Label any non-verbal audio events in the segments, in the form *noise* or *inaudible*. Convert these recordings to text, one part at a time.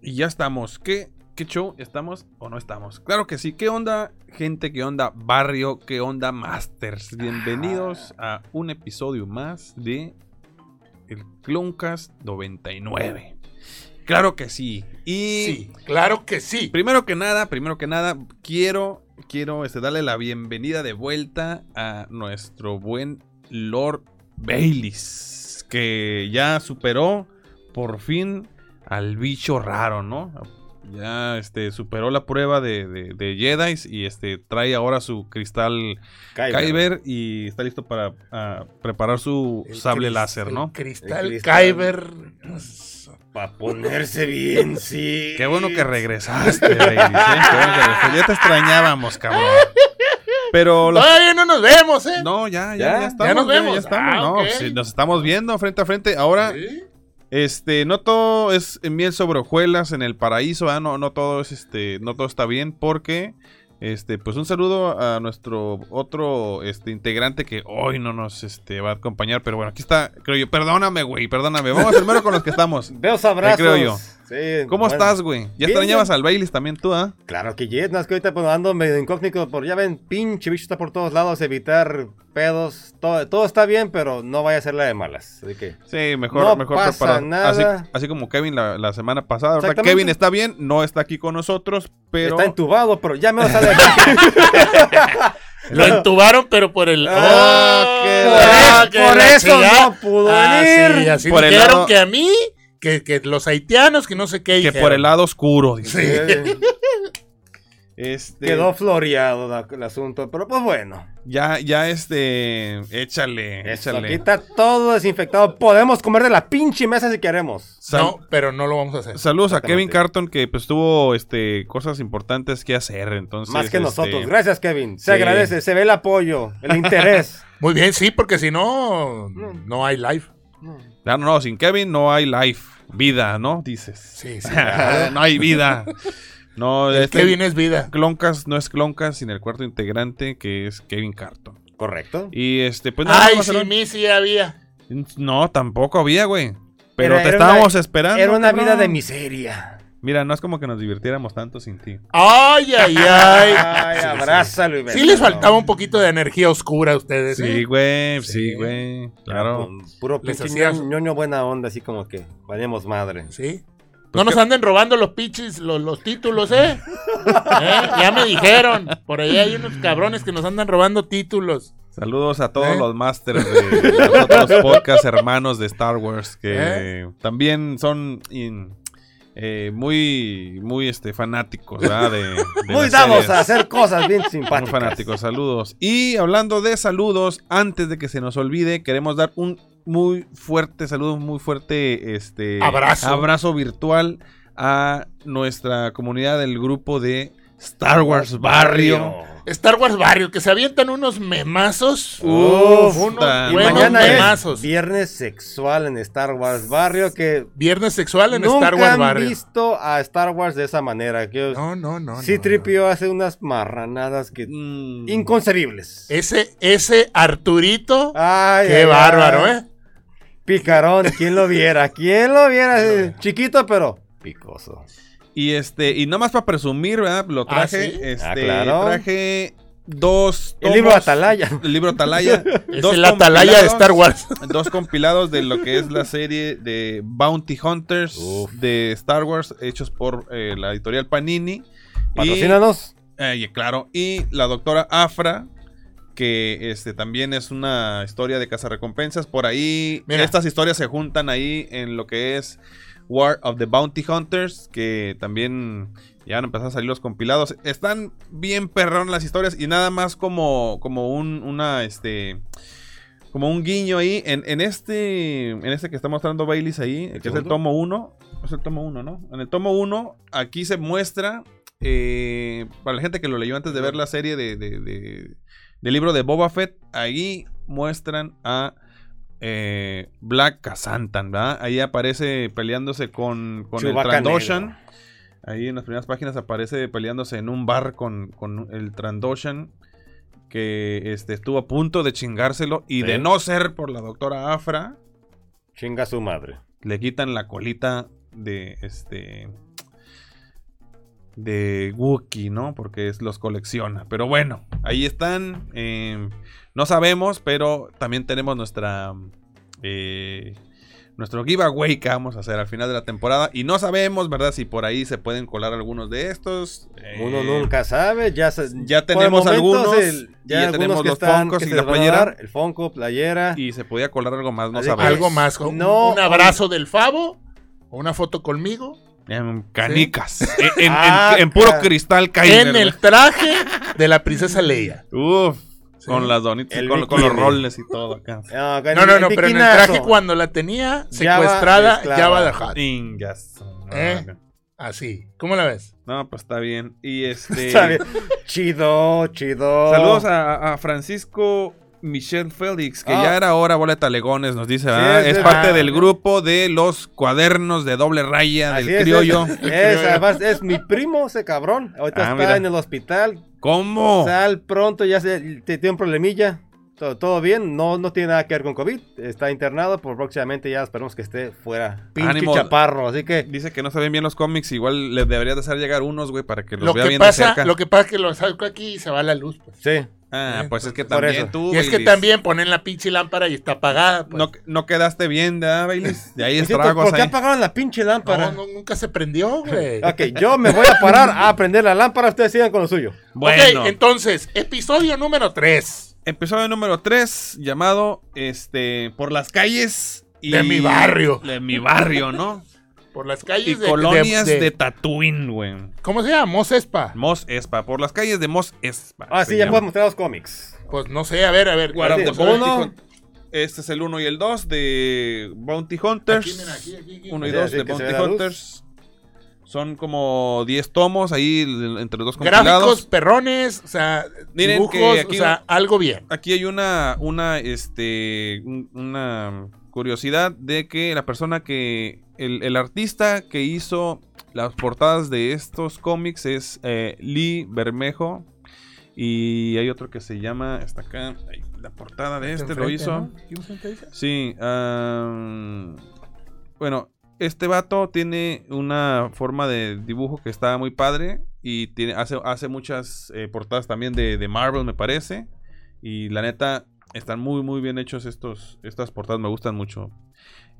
Y ya estamos. ¿Qué, ¿Qué show? ¿Estamos o no estamos? Claro que sí. ¿Qué onda, gente? ¿Qué onda, barrio? ¿Qué onda, masters? Bienvenidos a un episodio más de el Cloncast 99. Claro que sí. Y Sí, claro que sí. Primero que nada, primero que nada, quiero, quiero este, darle la bienvenida de vuelta a nuestro buen Lord Baileys, que ya superó por fin al bicho raro, ¿no? Ya este, superó la prueba de, de, de Jedi y este, trae ahora su cristal Kyber, y está listo para ah, preparar su El sable cris- láser, el ¿no? cristal, El cristal. Kyber. Para ponerse *laughs* bien, sí. Qué bueno que regresaste, Baileys, ¿eh? Qué bueno que regresaste. Ya te extrañábamos, *laughs* cabrón. Pero la Todavía no nos vemos, ¿eh? No, ya, ya, ya, Ya, estamos. ya nos güey, vemos. estamos. Ah, no, ok. sí, nos estamos viendo frente a frente. Ahora, Sí. este, no todo es miel sobre hojuelas en el paraíso, ¿verdad? no, no todo es este, no todo está bien porque este, pues un saludo a nuestro otro este integrante que hoy no nos este va a acompañar, pero bueno, aquí está, creo yo. Perdóname, güey, perdóname. Vamos primero con los que *laughs* estamos. Veo abrazos. Te creo yo. Sí, ¿Cómo bueno. estás, güey? Ya Bien, extrañabas bien. al Baileys también tú, ¿ah? Claro que yes, no, es que ahorita pues, ando medio incógnito, por ya ven, pinche bicho está por todos lados, evitar pedos, todo, todo está bien, pero no vaya a ser la de malas. Así que, Sí, mejor, No mejor pasa preparado. Así, nada. así como Kevin la, la semana pasada. ¿verdad? Exactamente. Kevin está bien, no está aquí con nosotros, pero. está entubado, pero ya me *laughs* lo sale aquí. Ah. Lo entubaron, pero por el. Ah, que Oh, la- que Ah, por la eso chingada. no pudo Ah, venir. sí, así Por el dijeron lado- que a mí, que, que los haitianos, que no sé qué. que dijeron. por el lado oscuro. dice. Sí. Este, Quedó floreado la- el asunto, pero pues bueno. Ya, ya, este. Échale, Eso, échale. aquí está todo desinfectado. Podemos comer de la pinche mesa si queremos. Sal- No, pero no lo vamos a hacer. Saludos a Kevin Exactamente. Carton que pues tuvo este, cosas importantes que hacer. Entonces, Más que este, nosotros. Gracias, Kevin. Se sí. agradece, se ve el apoyo, *laughs* el interés. Muy bien, sí, porque si no, No. no hay live. No, no, no, sin Kevin no hay life, vida, ¿no? Dices. *laughs* Sí, sí. claro. no hay vida. No, este, Kevin es vida. Cloncas no es Cloncas sin el cuarto integrante que es Kevin Carton. Correcto. Y este, pues nada, Ay, vamos a sí, hablar- mí sí había. No, tampoco había, güey. Pero Era- te era estábamos una- esperando. Era una cabrón. vida de miseria. Mira, no es como que nos divirtiéramos tanto sin ti. Ay, *laughs* ay, ay. Ay, abrázalo y Sí les faltaba un poquito de energía oscura a ustedes. Sí, ¿eh? güey, sí, Sí. güey. Claro. Claro. Puro Les pinche hacía- ño- ñoño buena onda, así como que valemos madre. Sí. Pues No nos anden robando los pitches, los, los *laughs* títulos, ¿eh? ¿Eh? Ya me dijeron. Por ahí hay unos cabrones que nos andan robando títulos. Saludos a todos ¿Eh? los masters de los *laughs* otros podcasts hermanos de Star Wars que ¿Eh? también son in- eh, muy, muy este, fanáticos, ¿verdad? De, de Muy las dados series. a hacer *laughs* cosas bien Muy simpáticas. fanáticos, saludos. Y hablando de saludos, antes de que se nos olvide, queremos dar un muy fuerte saludo, un muy fuerte este Abrazo. abrazo virtual a nuestra comunidad del grupo de Star Wars Barrio. Star Wars Barrio, que se avientan unos memazos. Uf, unos ta- Y Buenos mañana es memazos. viernes sexual en Star Wars Barrio que Viernes sexual en nunca Star Wars han Barrio. visto a Star Wars de esa manera. Que No, no, no. sí, no, Tripio hace unas marranadas que Mm. inconcebibles. no. Ese, ese Arturito, Ay, qué ay, bárbaro, ay. ¿eh? Picarón, quién lo viera, quién lo viera, eh, chiquito pero picoso. Y este, y nomás para presumir, ¿verdad? Lo Ah, traje, ¿sí? este, Ah, claro. traje dos El libro tomos- Atalaya. El libro Atalaya. *laughs* Es dos el atalaya de compilados- Star Wars. dos compilados de lo que es la serie de Bounty Hunters Uf. de Star Wars hechos por eh, la editorial Panini. Y, Patrocínanos. eh, y claro, y la doctora Afra, que este, también es una historia de cazarrecompensas. Por ahí, Mira. estas historias se juntan ahí en lo que es War of the Bounty Hunters, que también ya van a empezar a salir los compilados. Están bien perrón las historias y nada más como, como un, una, este... Como un guiño ahí, en, en este en este que está mostrando Baileys ahí, que es el segundo? tomo 1, es el tomo 1, ¿no? En el tomo 1, aquí se muestra, eh, para la gente que lo leyó antes de ver la serie de, de- de- del libro de Boba Fett, ahí muestran a eh, Black Kazantan, ¿verdad? Ahí aparece peleándose con, con el Chewbacca Trandoshan. negro. Ahí en las primeras páginas aparece peleándose en un bar con, con el Trandoshan. Que este, estuvo a punto de chingárselo. Y de Sí. no ser por la doctora Afra, Chinga su madre. le quitan la colita de este de Wookiee, ¿no? Porque es- los colecciona. Pero bueno, ahí están. eh, no sabemos, pero también tenemos nuestra. eh, nuestro giveaway que vamos a hacer al final de la temporada. Y no sabemos, ¿verdad? Si por ahí se pueden colar algunos de estos. eh, Uno nunca sabe, ya se- ya por el tenemos algunos, el- y ya tenemos los Funkos que y se la les van a playera. dar, el Funko, playera. Y se podía colar algo más, no Así que- sabemos. Algo más. con- No, Pues, un abrazo del Favo. o Una foto conmigo. En canicas. En, en- en- Ah, en puro ca- cristal caído. En el traje de la princesa Leia. Uf. Con las donitas, El con, con los bikini. roles y todo *laughs* acá. Ah, No, no, no, *laughs* pero en el traje piquinazo. cuando la tenía Java secuestrada, esclava. Java de Hutt. Ingas. ¿Eh? Así. ¿Cómo la ves? No, pues está bien. *laughs* Y *laughs* este. Oh. Está bien. Chido, chido. Saludos a, a Francisco Michel Félix, que Ah. ya era hora, bola de talegones, nos dice. ¿verdad? es es de- parte ah. del grupo de los cuadernos de doble raya Así del es, criollo. Es, es, además, es mi primo ese cabrón. Ahorita Ah, está mira. en el hospital. ¿Cómo? Sal pronto, ya se, te tiene un problemilla. Todo, todo bien, no, no tiene nada que ver con COVID. Está internado, por próximamente ya esperemos que esté fuera. Pinche Ánimo. chaparro, así que. Dice que no se ven bien los cómics, igual les debería de hacer llegar unos, güey, para que los Lo vea que, bien de pasa, cerca. lo que pasa es que lo saco aquí y se va la luz. pues. Sí. Ah, pues es que Por también eso. tú. Y es que Baileys, también ponen la pinche lámpara y está apagada. pues. No, no quedaste bien, ¿verdad, Baileys? De ahí Por cierto, estragos ¿Por qué ahí. apagaron la pinche lámpara? No, no, nunca se prendió, *laughs* güey. Ok, yo me voy a parar a prender la lámpara. Ustedes sigan con lo suyo. Bueno, Ok, entonces, episodio número 3 episodio número 3, llamado este, Por las calles y- De mi barrio. De mi barrio, *laughs* ¿no? por las y calles de, colonias de, de- de- Tatooine, güey. ¿Cómo se llama? Mos Espa. Mos Espa, por las calles de Mos Espa. Ah, se sí, ya llama. puedes mostrar los cómics. Pues no sé, a ver, a ver. Guard of ¿cuál the es? Bounty Bounty Hunter. Hunt- Este es el 1 y el 2 de Bounty Aquí, mira, Hunters. aquí, aquí, aquí. 1 y Sí, 2 así de que se Bounty ve la luz. Hunters. Son como 10 tomos ahí l- entre los dos Gráficos, compilados. perrones, o sea, Miren que dibujos, aquí- o sea, algo bien. Aquí hay una, una, este, un- una curiosidad de que la persona que, el, el artista que hizo las portadas de estos cómics es eh, Lee Bermejo. Y hay otro que se llama, está acá, ahí, la portada de este lo Enfrente, hizo. ¿no? ¿Y un frente dice? Sí, am, bueno, este vato tiene una forma de dibujo que está muy padre y tiene, hace, hace muchas eh, portadas también de, de Marvel, me parece. Y la neta, están muy, muy bien hechos estos, estas portadas, me gustan mucho.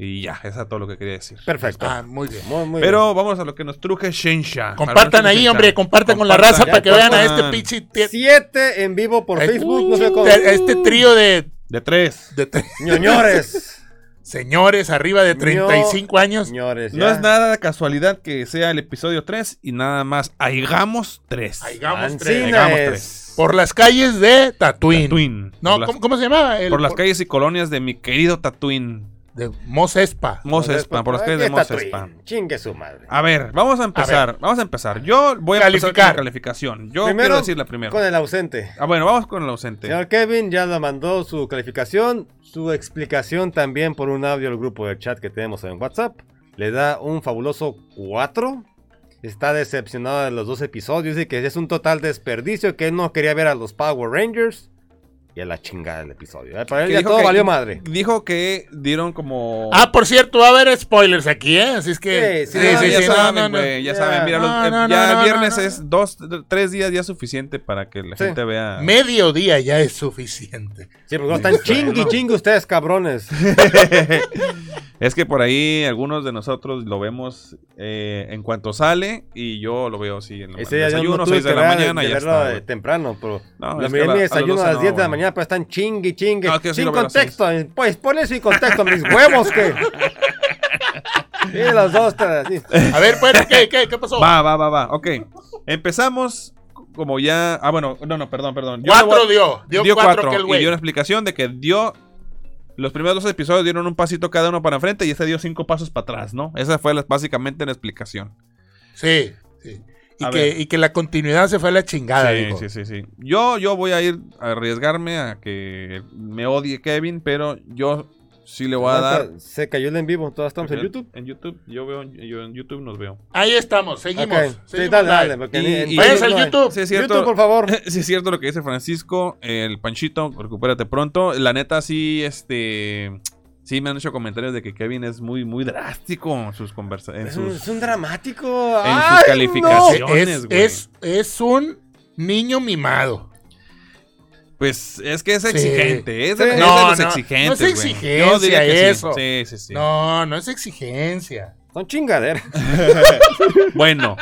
Y ya, eso es todo lo que quería decir. Perfecto. Ah, muy bien. Muy, muy Pero vamos a lo que nos truje Shensha. Compartan ahí, hombre, compartan con la raza para que vean a este pinche bien. tie- Siete en vivo por eh, Facebook. no sé uh, cómo. de- este trío de, De tres. de tre- *laughs* Ñoñores. señores arriba de 35 años. Ñores. No Pues ya. es nada de casualidad que sea el episodio 3 y nada más. Aigamos 3. Digamos Ancina tres. Digamos es. tres. Por las calles de Tatooine. Tatooine. No, por las, ¿cómo, cómo se llamaba? El- por las calles y colonias de mi querido Tatooine. De Mos Espa. Mos Espa, por las calles de Aquí Mos está Espa. Twin. Chingue su madre. A ver, vamos a empezar. Vamos a empezar. Yo voy a empezar con Calificar. la calificación. Yo Primero, quiero decirla primero. Con el ausente. Ah, bueno, vamos con el ausente. Señor Kevin ya la mandó su calificación, su explicación también por un audio al grupo de chat que tenemos en WhatsApp. Le da un fabuloso 4. Está decepcionado de los dos episodios. Dice que es un total desperdicio, que él no quería ver a los Power Rangers. Y a la chingada del episodio. Eh, Para él Que ya dijo todo que- valió madre. Dijo que dieron como. Ah, por cierto, va a haber spoilers aquí, ¿eh? Así es que. Sí, sí, No, sí, ya sí, no, saben, güey, ya ya. saben. Mira, los- No, eh, no, ya no, no, viernes no, no. es dos, tres días ya suficiente para que la Sí. gente vea. Mediodía ya es suficiente. Sí, porque no están chingui chingui ustedes, cabrones. es que por ahí algunos de nosotros lo vemos eh, en cuanto sale y yo lo veo así en la mañana. Ese día yo Desayuno, no tuve 6 de que la ver- mañana, de ya verlo está. de güey. temprano, pero No, la es que a miré la- en mi a las desayuno 12 a las no, 10 de la güey. mañana, pero están chingui chingue. No, es que yo sí sin lo veo a las contexto, pues ponle sin contexto, mis *laughs* huevos que. Y los dos, te- sí. A ver, pues, ¿qué, qué, qué pasó? Va, va, va, va. Ok. Empezamos como ya. Ah, bueno, no, no, perdón, perdón. Yo le cuatro voy dio. a- Dio, cuatro, que el y güey. dio una explicación de que dio. Los primeros dos episodios dieron un pasito cada uno para enfrente y este dio cinco pasos para atrás, ¿no? Esa fue la- básicamente la explicación. Sí, sí. A Y que, ver. y que la continuidad se fue a la Ah, chingada, sí, dijo. sí, sí, sí. Yo, yo voy a ir a arriesgarme a que me odie Kevin, pero yo sí le voy a dar. Se cayó el en vivo, todas estamos en YouTube. En YouTube, yo veo, yo en YouTube nos veo. Ahí estamos, seguimos. Ok, Sí, seguimos dale, live. dale. porque Y- en- en y- Váyanse Facebook al no hay. YouTube. Sí, es cierto. YouTube, por favor. *laughs* Sí, es cierto lo que dice Francisco, el Panchito, recupérate pronto. La neta, sí, este. Sí, me han hecho comentarios de que Kevin es muy, muy drástico en sus conversaciones. Es En un, sus... es un dramático. en sus ¡Ay, no! calificaciones. Es, güey. es, es un niño mimado. Pues es que es Sí. exigente. Es, Sí. de- es de No, los no, exigentes. no es güey. exigencia Yo diría que sí. eso. Sí, sí, sí. No, no es exigencia. Son chingaderas. Bueno,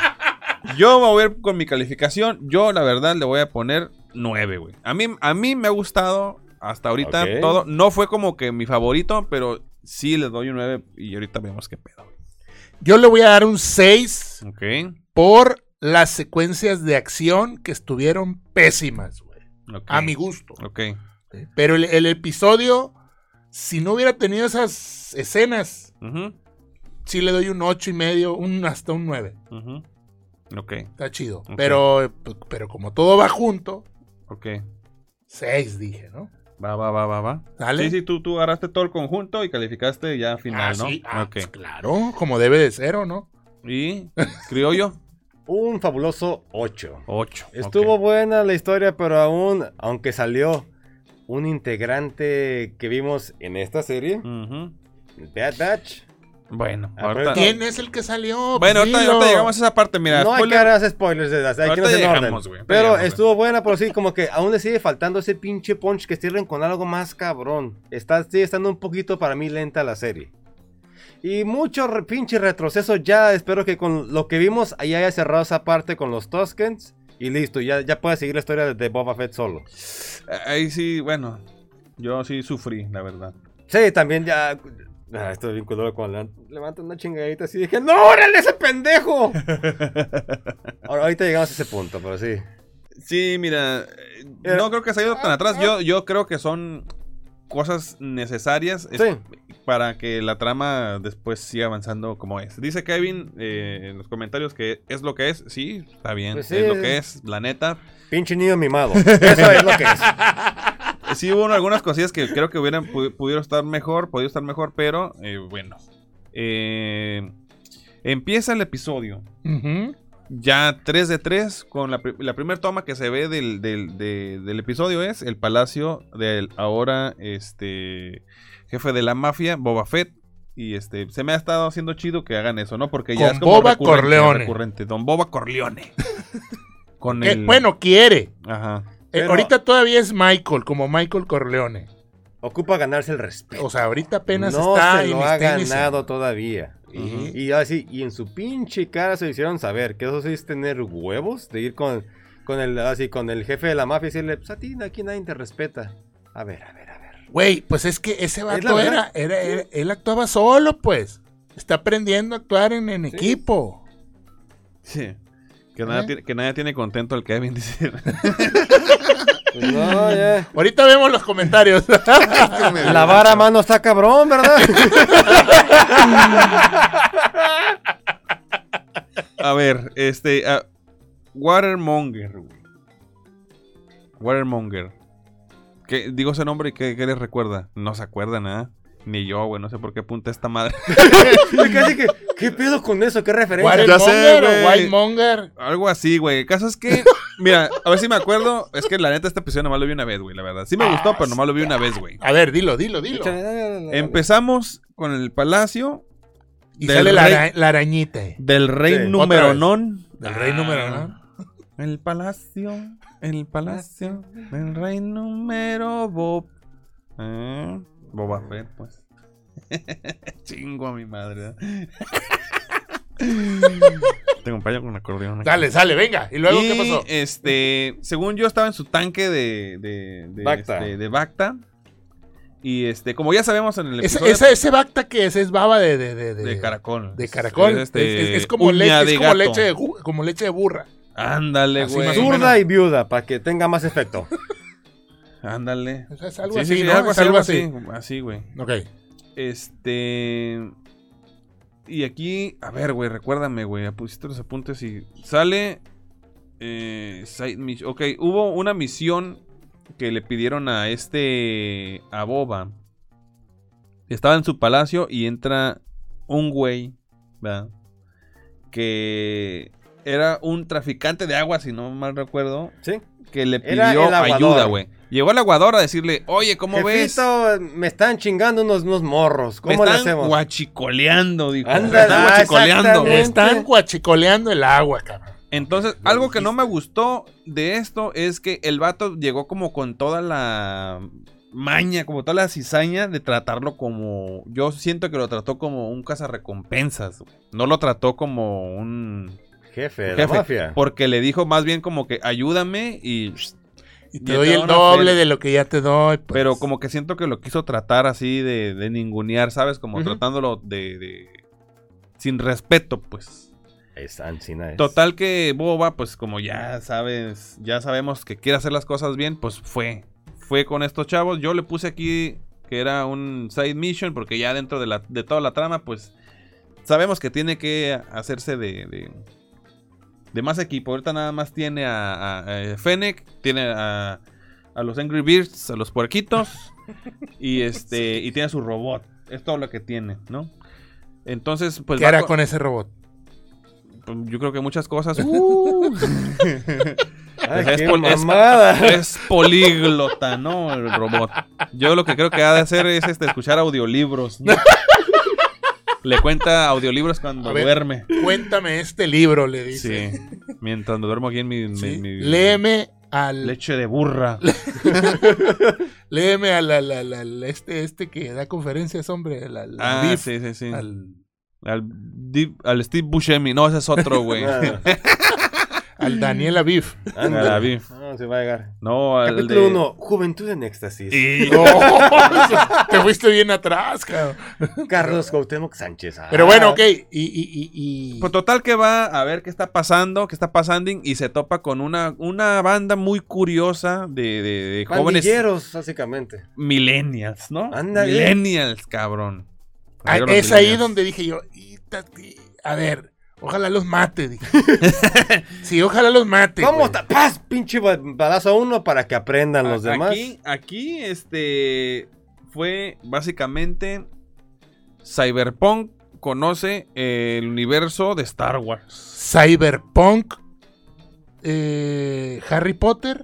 *laughs* yo me voy a ir con mi calificación. Yo, la verdad, le voy a poner 9, güey. A mí, a mí me ha gustado hasta ahorita Ok. todo. No fue como que mi favorito, pero sí les doy un 9 y ahorita vemos qué pedo. güey. Yo le voy a dar un 6 Ok. por las secuencias de acción que estuvieron pésimas, güey. ok, A mi gusto. Ok. Pero el, el episodio, si no hubiera tenido esas escenas, Ujú, sí le doy un ocho y medio, un, hasta un 9. ujú. Ok, Está chido. Pero, pues, pero como todo va junto, ok. 6 dije, ¿no? Va, va, va, va, va. ¿Sale? Sí, sí, tú, tú agarraste todo el conjunto y calificaste ya final, Ah, ¿no? sí. Ah, Ok. pues claro, como debe de ser, ¿o no? Y *laughs* criollo, Un fabuloso 8. 8. Estuvo buena la historia, pero aún, aunque salió un integrante que vimos en esta serie, Bad Batch, Bueno, Ah, pero ahorita. ¿quién? ¿Quién es el que salió? Pues, Bueno, ahorita, Dilo. ahorita llegamos a esa parte. Mira, no hay que spoiler, hacer spoilers de las, hay que Ahorita irnos en llegamos, orden. güey, ahorita pero llegamos, güey. estuvo buena, pero sí, como que aún le sigue faltando ese pinche punch que cierren con algo más cabrón. Está, sigue estando un poquito para mí lenta la serie. Y mucho re- pinche retroceso ya. Espero que con lo que vimos ahí haya cerrado esa parte con los Tuskens. Y listo, ya, ya puede seguir la historia de Boba Fett solo. eh, Ahí sí, bueno. Yo sí sufrí, la verdad. Sí, también ya. Ah, esto es bien culero cuando levan- levantan una chingadita así. Dije, ¡No, órale ese pendejo! Ahora, ahorita llegamos a ese punto, pero sí. Sí, mira. eh, No creo que se haya ido tan atrás. Yo, yo creo que son cosas necesarias es- Sí. para que la trama después siga avanzando como es. Dice Kevin eh, en los comentarios que es lo que es. Sí, está bien. Pues sí, es lo sí. que es, la neta. Pinche niño mimado. Eso es lo que es. Sí hubo algunas cosillas que creo que hubieran pu- pudieron estar mejor, podido estar mejor, pero eh, bueno. Eh, empieza el episodio. Ujú. Ya 3 de 3, con la, pri- la primera toma que se ve del, del- de- del episodio es el palacio del ahora este jefe de la mafia, Boba Fett. Y este, se me ha estado haciendo chido que hagan eso, ¿no? Porque ya Con es como Boba recurrente, Corleone. recurrente. Don Boba *laughs* Corleone. Con Que, el... Eh, Bueno, quiere. Ajá. Eh, Pero- ahorita todavía es Michael, como Michael Corleone. Ocupa ganarse el respeto. O sea, ahorita apenas no está se en lo ha Stannis. ganado todavía. Ujú. Y así, y en su pinche cara se lo hicieron saber que eso sí es tener huevos de ir con, con el así con el jefe de la mafia y decirle, pues a ti aquí nadie te respeta. A ver, a ver, a ver. Güey, pues es que ese vato era, verdad. era, era- él actuaba solo, pues. Está aprendiendo a actuar en, en equipo. Sí. Que, nada ¿Eh? tiene, que nadie tiene contento al Kevin, *laughs* dice. Pues *laughs* no, ya. Ahorita vemos los *laughs* comentarios. La vara a mano está cabrón, ¿verdad? A ver, este. ah, Watermonger, güey. Watermonger. ¿Qué- digo ese nombre y qué, qué les recuerda. No se acuerda nada. Ni yo, güey. No sé por qué apunta esta madre. *laughs* Porque así que, ¿qué pedo con eso? ¿Qué referencia? Ya sé, Watermonger o güey. Whitemonger. Algo así, güey. El caso es que. Mira, a ver si me acuerdo. Es que la neta, este episodio nomás lo vi una vez, güey, la verdad. Sí me gustó, pero nomás lo vi una vez, güey. A ver, dilo, dilo, dilo. Empezamos con el palacio Y del sale la, rey. ara- la arañita. del rey Sí, otra número vez. non. Del rey número, ¿no? Ah. El palacio, el palacio, el rey número Bob. Ah, Boba Fett, pues. *laughs* Chingo a mi madre. ¿eh? *laughs* Te acompaño con acordeón. aquí. Dale, sale, venga. ¿Y luego y, qué pasó? Este, según yo estaba en su tanque de, de, de, Bacta. este, de Bacta. Y este, como ya sabemos en el Ese- episodio ese- ese bacta que es, es baba de, de, de, de- de caracol. de caracol. Es, este, Es- es- es como, le- uña es de como gato. leche de ju- como leche de burra. Ándale, Así güey. más o menos. Zurda y viuda, para que tenga más efecto. Ándale. O sea, es algo Sí, así, sí, sí, ¿no? algo Es así, algo algo así. así. Así, güey. Ok. Este. Y aquí, a ver, güey, recuérdame, güey. Pusiste los apuntes y. Sale. Eh, side mis- ok, hubo una misión que le pidieron a este. A Boba. Estaba en su palacio y entra un güey. ¿verdad? Que era un traficante de agua, si no mal recuerdo, Sí. que le Era pidió el aguador. ayuda, güey. Llegó el aguador a decirle, oye, ¿cómo ves? Jefito, me están chingando unos, unos morros. Me ¿Cómo le están hacemos? guachicoleando, dijo. Me Ándale, están ah, guachicoleando, exactamente. güey. Están guachicoleando el agua, cabrón. Entonces, Lo algo que no dijiste. me gustó de esto es que el vato llegó como con toda la maña, como toda la cizaña de tratarlo como. Yo siento que lo trató como un cazarrecompensas, güey. No lo trató como un Jefe, de la jefe, mafia. Porque le dijo más bien como que ayúdame y. Y Y te doy te el van a doble hacer- de lo que ya te doy. pues. Pero como que siento que lo quiso tratar así de, de ningunear, ¿sabes? Como Ujú. tratándolo de, de- sin respeto, pues. Es Ancina. es. Total que Boba, pues como ya sabes, ya sabemos que quiere hacer las cosas bien, pues fue. Fue con estos chavos. Yo le puse aquí que era un side mission, porque ya dentro de, la, de toda la trama, pues sabemos que tiene que hacerse de, de, de más equipo. Ahorita nada más tiene a, a- a Fennec, tiene a, a los Angry Birds, a los puerquitos, y, este, y tiene a su robot. Es todo lo que tiene, ¿no? Entonces, pues... ¿Qué va hará co- con ese robot? pues, yo creo que muchas *laughs* cosas. Pues Ay, es Ah, qué pol- es- *laughs* mamada. es políglota, ¿no? El robot. Yo lo que creo que ha de hacer es este, escuchar audiolibros. ¿no? Le cuenta audiolibros cuando A ver. duerme. Cuéntame este libro, le dice. Sí. Mientras duermo aquí en mi, mi- Sí. mi- Léeme al. leche de *laughs* burra. léeme al, al- al- al- este, este que da conferencias, hombre. Al, al- Ah, al Biff, sí, sí, sí. Al, al- Dip- al Steve Buscemi. No, ese es otro, *laughs* güey. *laughs* Ah, al Daniela Biff. ándale. A la vi. No, se va a llegar. No, al Capítulo de- 1. Juventud en éxtasis. Y- *laughs* te fuiste bien atrás, cabrón. Carlos Cuauhtémoc Sánchez. Ah, Pero bueno, ok. Y, y, y, y- Pues total que va a ver qué está pasando, qué está pasando y se topa con una, una banda muy curiosa de, de- de jóvenes Pandilleros, básicamente. millennials, ¿no? Ándale. Millennials, cabrón. Ah, Llegaron es ahí millennials. donde dije yo, "Y tati, a ver, ojalá los *laughs* mate. dije. sí, ojalá los mate. ¿Cómo güey. tapas pinche ba- balazo a uno para que aprendan los A- demás? Aquí, aquí, este, fue básicamente Cyberpunk conoce eh, el universo de Star Wars. Cyberpunk, eh, Harry Potter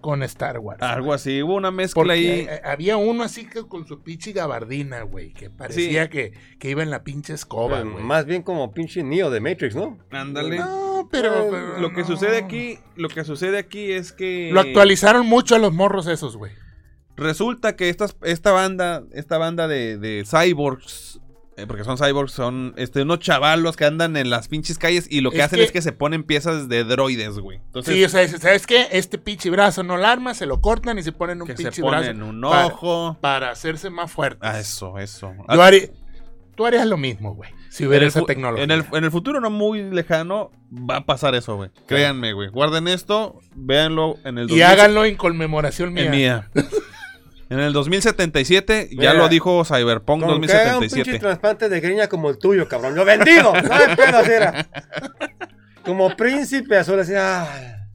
con Star Wars. Algo así, hubo una mezcla Porque Ah, ahí. eh, había uno así que con su pinche gabardina, güey, que parecía que, que iba en la pinche escoba, Pues, güey. más bien como pinche Neo de Matrix, ¿no? Ándale. No, pero, pero Pues, Lo que no. sucede aquí, lo que sucede aquí es que Lo actualizaron mucho a los morros esos, güey. Resulta que estas- esta banda, esta banda de, de cyborgs, eh, porque son cyborgs, son este, unos chavalos que andan en las pinches calles y lo que Es hacen que- es que se ponen piezas de droides, güey. Entonces, Sí, o sea, dice, ¿sabes qué? Este pinche brazo no la arma, se lo cortan y se ponen un que pinche se brazo ponen un para- ojo. para hacerse más fuertes. Ah, eso, eso. Yo Ah, haré- tú harías lo mismo, güey, si en hubiera el esa fu- tecnología. En el, en el futuro no muy lejano va a pasar eso, güey. Créanme, güey. Guarden esto, véanlo en el y 2000 háganlo en conmemoración mía. en mía. En el 2077, ya Mira, lo dijo Cyberpunk Con que haga un pinche 2077. trasplante de greña como el tuyo, cabrón. *laughs* ¡Lo vendido! ¡No hay pedo, así era. Como príncipe azul, así. ah.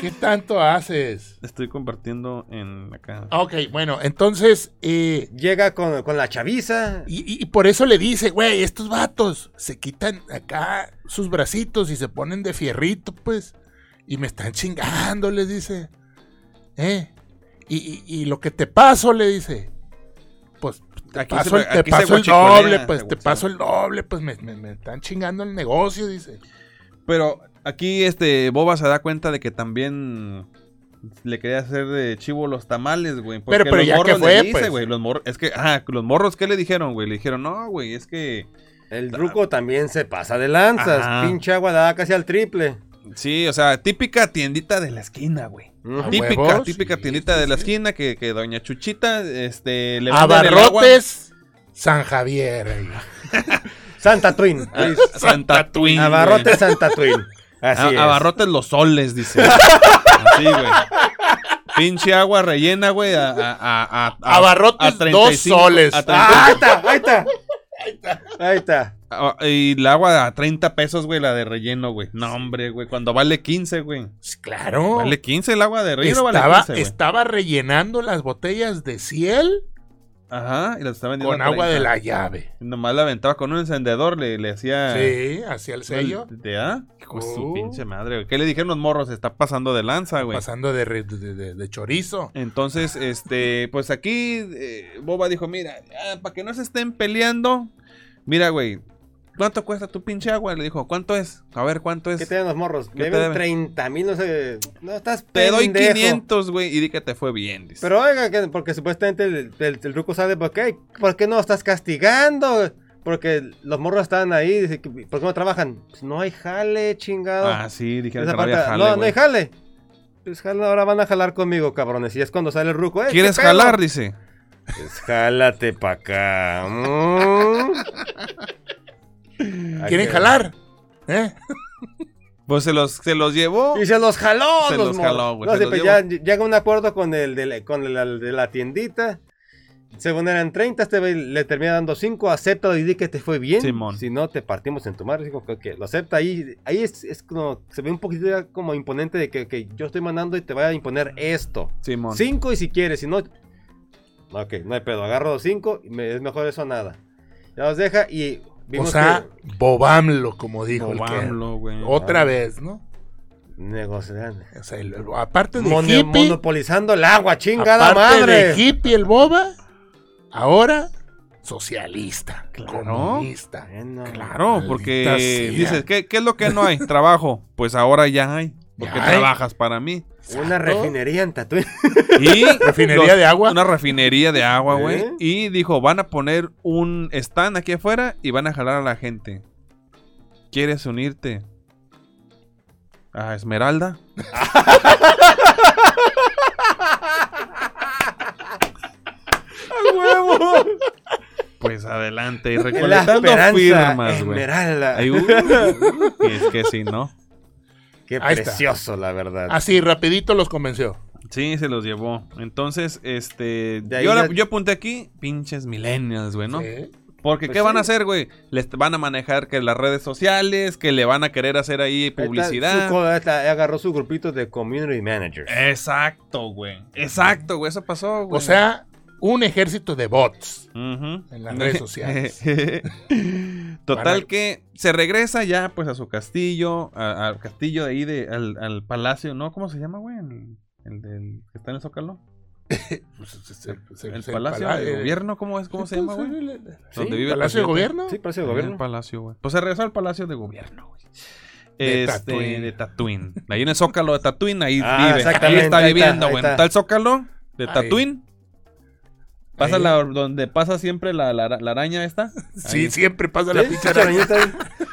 ¿Qué tanto haces? Estoy compartiendo en acá. Ah, Ok, bueno, entonces, eh, Llega con, con la chaviza. y, y- y por eso le dice, güey, estos vatos se quitan acá sus bracitos y se ponen de fierrito, pues, y me están chingando, les dice. ¿Eh? Y, y- y lo que te paso, le dice, pues te Aquí paso, se- el- te aquí se paso el guachicolea, doble, se pues, te guachicolea. paso el doble, pues, me, me- me están chingando el negocio, dice. Pero aquí este Boba se da cuenta de que también le quería hacer de chivo los tamales, güey. porque Pero- pero los ya que morros le fue, dice, pues. güey, los mor- es que, ah, los morros, ¿qué le dijeron, güey? Le dijeron, no, güey, es que, El ruco también se pasa de lanzas. Ajá. Pinche agua da casi al triple. sí, o sea, típica tiendita de la esquina, güey. Ujú. Ah, Típica, huevos? típica Sí, tiendita sí, de la sí. esquina que, que doña Chuchita, este, le mandan el agua. Abarrotes, San Javier. ahí. Santa Twin. Ah, Santa Twin. güey. Ah, Abarrote Santa Twin. A- Así es. Abarrotes los soles, *laughs* dice. Así, güey. Pinche agua rellena, güey. A, a, a, a- a- Abarrotes a dos soles. a 35. Ah, ahí está, ahí está. Ahí está. Ah, y el agua a 30 pesos, güey, la de relleno, güey. No, hombre, güey. Cuando vale 15, güey. pues, Claro. Vale 15 el agua de relleno, estaba, vale 15, güey. estaba rellenando las botellas de ciel Ajá, y las estaba vendiendo. Con a agua de 30. la llave. Nomás la aventaba con un encendedor, le, le Ah. hacía. Sí, hacia el sello. ¿Te da? Hijo de su Oh. pinche madre, güey. ¿Qué le dijeron los morros? Se está pasando de lanza, güey. Pasando de, re- de- de- de chorizo. Entonces, este, pues aquí eh, Boba dijo, mira, para que no se estén peleando, mira, güey, ¿cuánto cuesta tu pinche agua? Le dijo, ¿cuánto es? A ver, ¿cuánto ¿Qué es? te Te, dan los morros? ¿Qué te Deben deben? 30 mil, no sé. No, estás doy pendejo. 500, güey, y di que te fue bien, dice. Pero oiga, que- porque supuestamente el, el, el ruco sale, ¿por qué? ¿Por qué no estás castigando? Porque los morros están ahí, dice, que- ¿por qué no trabajan? Pues no hay jale, chingado. ah, sí, dijeron Esa que no había parte, jale, no, no güey. hay jale. Pues jala, ahora van a jalar conmigo, cabrones. Y es cuando sale el ruco, ¿eh? ¿qué ¿Quieres pedo? jalar? Dice. Pues jálate pa' acá. mm. ¿Quieren Aquí. jalar? ¿Eh? Pues se los, se los llevó. Y se los jaló. Se los los morros. jaló, güey, No, se sí, los pues ya llega un acuerdo con el de la, con el al- de la tiendita. Según eran 30, este güey le termina dando 5. Acepta y di que te fue bien. Simón. Si no, te partimos en tu madre. Digo, que, que lo acepta. Ahí, ahí es, es como, se ve un poquito ya como imponente de que, que yo estoy mandando y te voy a imponer esto. Simón. 5 y si quieres, si no. Ok, no hay pedo. Agarro los 5. Es mejor eso a nada. Ya los deja y. O vimos sea, que bobamlo, como dijo Como el que- AMLO, güey. Otra vez, ¿no? negocian. O sea, el- el- aparte de Mono- hippie, monopolizando el agua, chingada aparte madre. de hippie el boba, ahora socialista, Claro. comunista. Bueno, Claro, Maldita porque sea. dices, ¿qué, ¿qué es lo que no *laughs* hay? Trabajo. Pues ahora ya hay. Porque Ya hay. trabajas para mí. Una refinería en *laughs* Tatooine. Y Refinería los- de agua. Una refinería de agua, güey. ¿Eh? Y dijo, van a poner un stand aquí afuera y van a jalar a la gente. ¿Quieres unirte a Esmeralda? Pues adelante, La recolectando esperanza firmas, güey. esmeralda. Ay, uh, y es que sí, ¿no? Qué Ahí está. precioso, la verdad. Así, Ah, rapidito los convenció. Sí, se los llevó. Entonces, este. De ahí Yo, la- ya- yo apunté aquí, pinches millennials, güey, ¿no? Sí. Porque, Pues ¿qué van a sí. hacer, güey? Les van a manejar que las redes sociales, que le van a querer hacer ahí Ahí está, su publicidad. Eh, co- ahí está, agarró su grupito de community managers. Exacto, güey. Exacto, güey. Eso pasó, güey. O sea, un ejército de bots. Ujú. en las redes sociales. *laughs* Total Para- que se regresa ya, pues, a su castillo, a- al castillo de ahí, de, al, al palacio, ¿no? ¿Cómo se llama, güey? El, el del que está en el Zócalo. Pues, es el, es el- El es el palacio pala- de eh, gobierno, ¿cómo es? ¿Cómo se llama, pues, güey? el- el- Sí, ¿Dónde vive el ¿Palacio de presidente? gobierno? Sí, parece el Ahí en gobierno. El palacio, güey. Pues se regresó al palacio de gobierno, güey. De Este, Tatooín. de Tatooin. Ahí en el Zócalo de Tatooin, ahí Ah, vive. Ahí exactamente, está ahí está, viviendo, ahí güey. está. Está el Zócalo de Ahí. Tatooin. Pasa Ahí. la, donde pasa siempre la, la- la araña esta. Sí, Ahí. siempre pasa la ¿Sí? pinche Pinche araña. arañita ahí.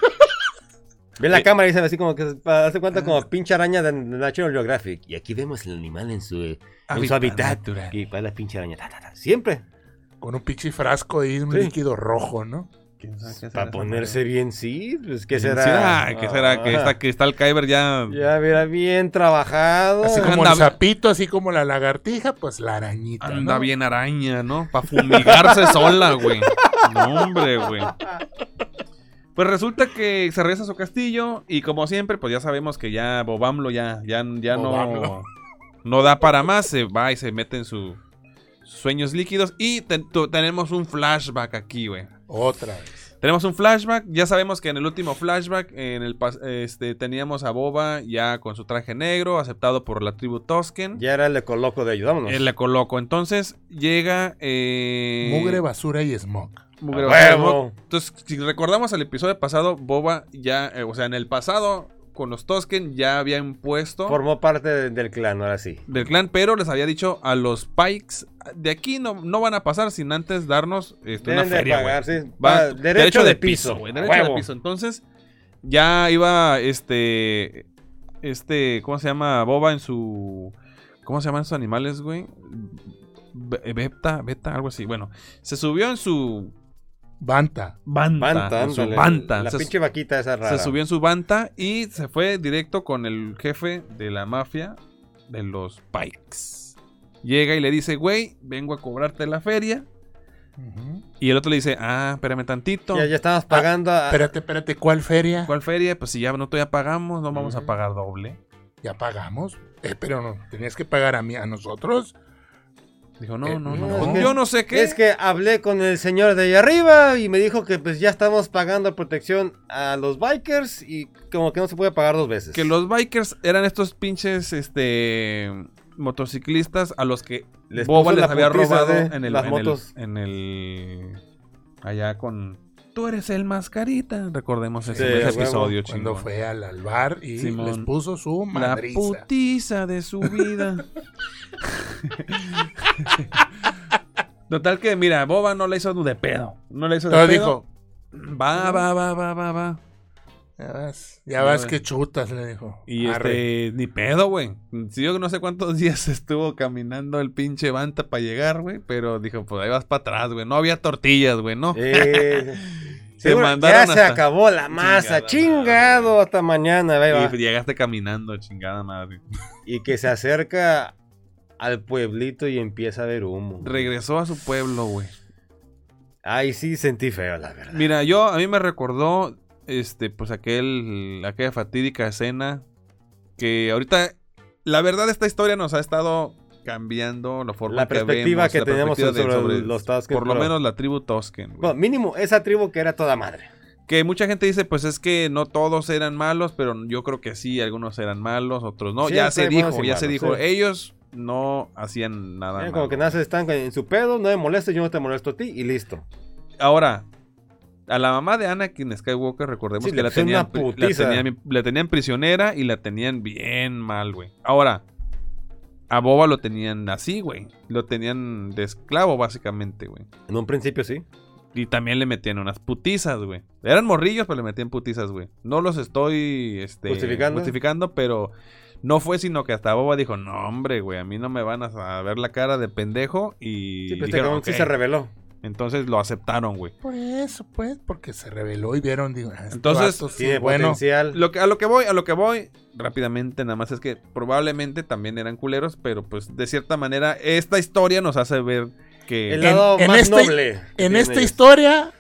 *laughs* Ve Eh. la cámara y se ve así como que se- pa- hace cuenta Ah. como pinche araña de de National Geographic. Y aquí vemos el animal en su, en su hábitat. natural. Y para la pinche araña. ta, ta, ta, Siempre. Ah, Con un pinche frasco ahí, un Sí. líquido rojo, ¿no? ¿Quién sabe qué será Para esa ponerse bien, sí. Pues, ¿Qué madre? será? Sí, ah, ¿Qué será? Que, Ah. está, que está el Kyber ya. Ya, mira, bien trabajado. Así como Ah. Anda- el sapito, así como la lagartija, pues la arañita. Anda ¿no? bien araña, ¿no? Para fumigarse *laughs* sola, güey. No, hombre, güey. Pues resulta que se regresa a su castillo y como siempre, pues ya sabemos que ya Bobamlo ya, ya, ya no, Bobamlo. no da para más, se va y se mete en sus sueños líquidos y te- tu- tenemos un flashback aquí, güey. Otra vez. Tenemos un flashback, ya sabemos que en el último flashback en el pas- este, teníamos a Boba ya con su traje negro, aceptado por la tribu Tosken. Ya era el de coloco de ayudámonos. Eh, le coloco. Entonces llega. eh, Mugre, basura y smog. Mugre ¡A basura. huevo! Entonces, si recordamos el episodio pasado, Boba ya. eh, o sea, en el pasado, con los Tosken, ya había impuesto Formó parte de- del clan, ahora sí. del clan, pero les había dicho a los Pikes: de aquí no, no van a pasar sin antes darnos este, una Deben de feria. güey". pagar, sí. Va- Va- derecho, de piso. güey, a Ah, derecho huevo. de piso. Entonces, ya iba este. Este. ¿Cómo se llama? Boba en su. ¿Cómo se llaman esos animales, güey? Be- eh, Beta, beta, algo así. Bueno, se subió en su Banta. banta. Banta, en su ándale. banta. La se, pinche vaquita esa rara. se subió en su banta y se fue directo con el jefe de la mafia de los Pikes. Llega y le dice, güey, vengo a cobrarte la feria. Y el otro le dice, ah, espérame tantito. Ya, ya estamos pagando Ah, a- Espérate, espérate, ¿cuál feria? ¿Cuál feria? Pues si ya no todavía pagamos, no vamos a pagar doble. ¿Ya pagamos? Eh, pero no, tenías que pagar a, mí, a nosotros. Dijo, no, Eh, no, no. no. pues yo no sé qué. Es que hablé con el señor de allá arriba y me dijo que pues ya estamos pagando protección a los bikers y como que no se puede pagar dos veces. que los bikers eran estos pinches este motociclistas a los que Les Boba puso les la había putiza robado de en el, las en el- *laughs* motos. en el- allá con tú eres el mascarita recordemos ese, Sí, ese a huevo, episodio Cuando chingón. fue al, al bar y Simón. les puso su la madriza. putiza de su vida *laughs* total que mira Boba no le hizo de pedo no le hizo de Pero pedo dijo, va va va va va va ya vas, ya Ya vas ves. que chutas, le dijo. Y Arre. este, ni pedo, güey. Sí, yo no sé cuántos *laughs* días estuvo caminando el pinche Banta para llegar, güey. Pero dijo, pues ahí vas para atrás, güey. No había tortillas, güey, ¿no? Eh, Te seguro- mandaron ya se hasta- acabó la Chingada madre. masa, chingado, hasta mañana, ahí va. y llegaste caminando, chingada madre. Y que se acerca al pueblito y empieza a ver humo. Regresó a su pueblo, güey. Ay, sí, sentí feo, la verdad. Mira, yo, a mí me recordó, este, pues aquel, aquella fatídica escena que ahorita, la verdad, esta historia nos ha estado cambiando la forma La que perspectiva vemos, que la teníamos perspectiva de- sobre los Tusken, Por lo pero- menos la tribu Tosken, güey. Bueno, mínimo esa tribu que era toda madre. Que mucha gente dice, pues es que no todos eran malos, pero yo creo que sí, algunos eran malos, otros no. ya Siempre se hay dijo, buenos ya y se malos, dijo, sí. ellos no hacían nada. Eh, malo. Como que nada, se están en su pedo, no me molestes, yo no te molesto a ti y listo. Ahora, a la mamá de Anakin Skywalker, recordemos Sí, que le la pusieron tenían, una pri- la, putiza. tenían, la tenían prisionera y la tenían bien mal, güey. Ahora, a Boba lo tenían así, güey. Lo tenían de esclavo, básicamente, güey. En un principio sí. Y también le metían unas putizas, güey. Eran morrillos, pero le metían putizas, güey. No los estoy este, Justificando. justificando, pero no fue sino que hasta Boba dijo, no, hombre, güey, a mí no me van a a ver la cara de pendejo. Y Sí, pero este dijeron, cabrón sí "Ok". se reveló. entonces lo aceptaron, güey. Por eso, pues, porque se reveló y vieron, digo, "Ah, este Entonces, vato sí, Tiene bueno, potencial. Lo que, a lo que voy, a lo que voy, rápidamente nada más es que probablemente también eran culeros, pero pues de cierta manera esta historia nos hace ver que... El lado En- en más esta- noble. que en tienen esta ellos. historia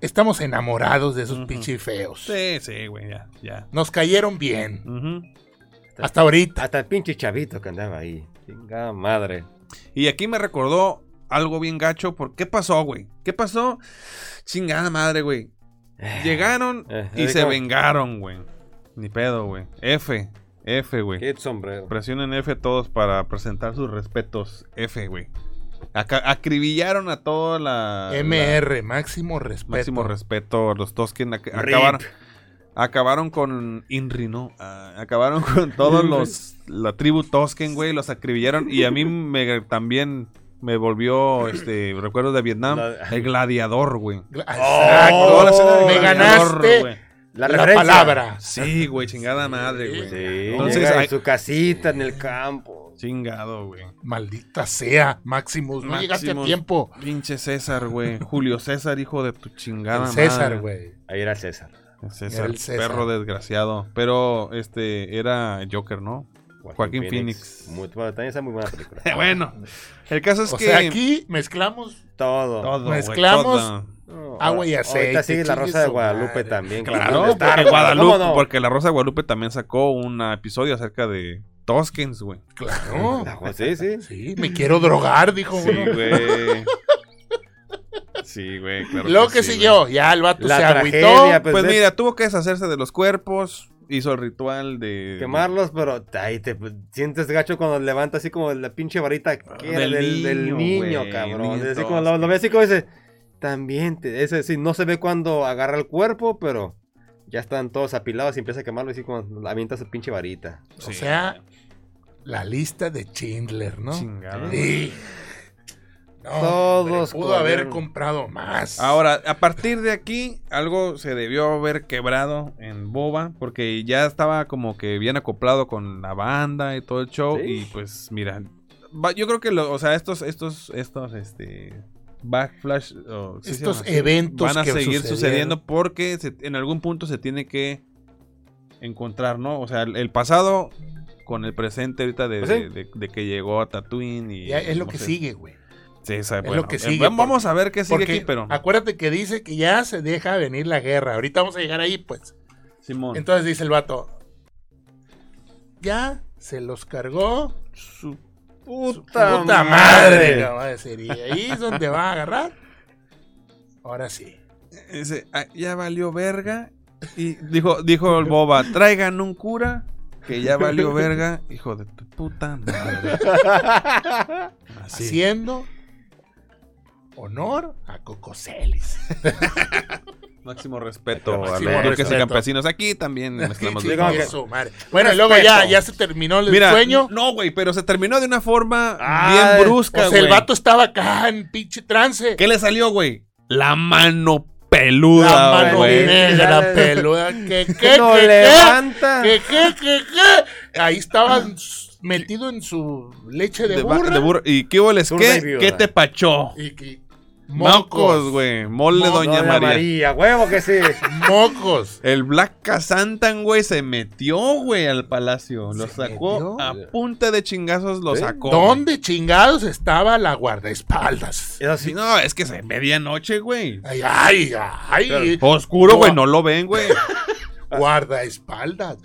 estamos enamorados de esos Ujú. pinches feos. Sí, sí, güey, ya, ya. Nos cayeron bien. Ujú. Hasta ahorita. Hasta el pinche chavito que andaba ahí. Chingada madre. Y aquí me recordó algo bien gacho. ¿Por qué pasó, güey? ¿Qué pasó? Chingada madre, güey. Llegaron Eh, y así se como- vengaron, güey. Ni pedo, güey. F. F, güey. Qué sombrero. Presionen F todos para presentar sus respetos. F, güey. Aca- acribillaron a toda la... la- MR, máximo respeto. máximo respeto a los Tosken. ac- Rip. Acabaron, acabaron con Inri, ¿no? Ah, acabaron *laughs* con todos los... La tribu Tosken, güey. Los acribillaron. Y a mí me, también me volvió este recuerdos de Vietnam. La- El gladiador, güey. Ah, Gla- Oh, Toda la escena Exacto. del Oh, Me gladiador, ganaste güey. La, la referencia. palabra. Sí, güey. Chingada madre, Sí, güey. Entonces, Entonces, en hay- su casita, en el campo. Chingado, güey. Maldita sea, Maximus. No llegaste a Maximus. tiempo. Pinche César, güey. Julio César, hijo de tu chingada El madre. César, güey. Ahí era César. El César, Era el César. perro desgraciado. Pero, este, era el Joker, ¿no? Joaquín Phoenix. Muy, bueno, también está muy buena película. *laughs* bueno, el caso es O que... sea, aquí mezclamos Todo. Todo, güey, mezclamos- todo. No, Agua y ahora- aceite, Ahorita sigue la chingue Rosa de su Guadalupe madre. también. Claro, Con Star porque, Wars, Guadalupe, ¿cómo no? porque la Rosa de Guadalupe también sacó un episodio acerca de Toskens, güey. Claro. Ah, Sí, sí. Pues Sí, me quiero drogar, dijo Sí, uno. güey. *laughs* Sí, güey, claro. Lo que sí, siguió, ya el vato La se tragedia, agüitó. güey. pues, Pues de mira, tuvo que deshacerse de los cuerpos, hizo el ritual de... quemarlos, pero ahí te pues, sientes gacho cuando levanta así como la pinche varita que era del del, del niño, niño, güey, cabrón. niño así como lo, lo ve así como dice, también, te, ese sí, no se ve cuando agarra el cuerpo, pero ya están todos apilados y empieza a quemarlo así como avienta su pinche varita. Sí. O sea, la lista de Schindler, ¿no? Chingada. Sí. No, Todos hombre, pudo haber corrieron. comprado más. Ahora, a partir de aquí, algo se debió haber quebrado en Boba, porque ya estaba como que bien acoplado con la banda y todo el show. Sí. Y pues, mira, va- yo creo que, lo- o sea, estos, estos, estos, este, backflash, o, ¿sí se estos llama? eventos van a que seguir sucedieron. sucediendo porque se- en algún punto se tiene que encontrar, ¿no? O sea, el, el pasado con el presente ahorita de, Pues sí. de- de- de que llegó a Tatooine y... Ya es lo no que sé. sigue, güey. Sí, esa- Es bueno, lo que eh, sigue, Vamos a ver qué sigue Porque aquí, pero... acuérdate que dice que ya se deja venir la guerra. Ahorita vamos a llegar ahí, pues. Simón. Entonces dice el vato, ya se los cargó su Puta, Puta madre, madre. no va a decir. Y ahí es donde va a agarrar. Ahora sí. Dice, "Ah, ya valió verga. Y dijo, dijo el boba, traigan un cura que ya *laughs* valió verga, hijo de tu puta madre. Así. Haciendo honor a Cocoselis. Máximo respeto a Máximo los duques y respeto. campesinos. Aquí también mezclamos. sí, de como todo. que- Eso, madre. Bueno, y luego ya, ya se terminó el Mira, sueño. no, güey, pero se terminó de una forma Ah, bien brusca, O sea, el güey. vato estaba acá en pinche trance. ¿Qué le salió, güey? La mano La peluda, mano güey. *laughs* negra, *laughs* peluda. Que, que, que, No que, levanta. que, que, que, que. Ahí estaba s- metido en su leche de, De ba- burra. de burra. ¿Y qué hueles? Burra y ¿Qué? viuda. ¿Qué te pachó? Y que- Mocos, mocos, güey. Mole Mo- Doña Doña María. María, huevo *laughs* que sí. Mocos. El Black Casantan, güey, se metió, güey, al palacio. Lo ¿Se sacó metió? a punta de chingazos, lo ¿Sí? sacó. güey. ¿Dónde chingados estaba la guardaespaldas? Eso Sí, sí. no, es que se medianoche, güey. Ay, ay, ay. Oscuro, No. güey, no lo ven, güey. *laughs* Guardaespaldas.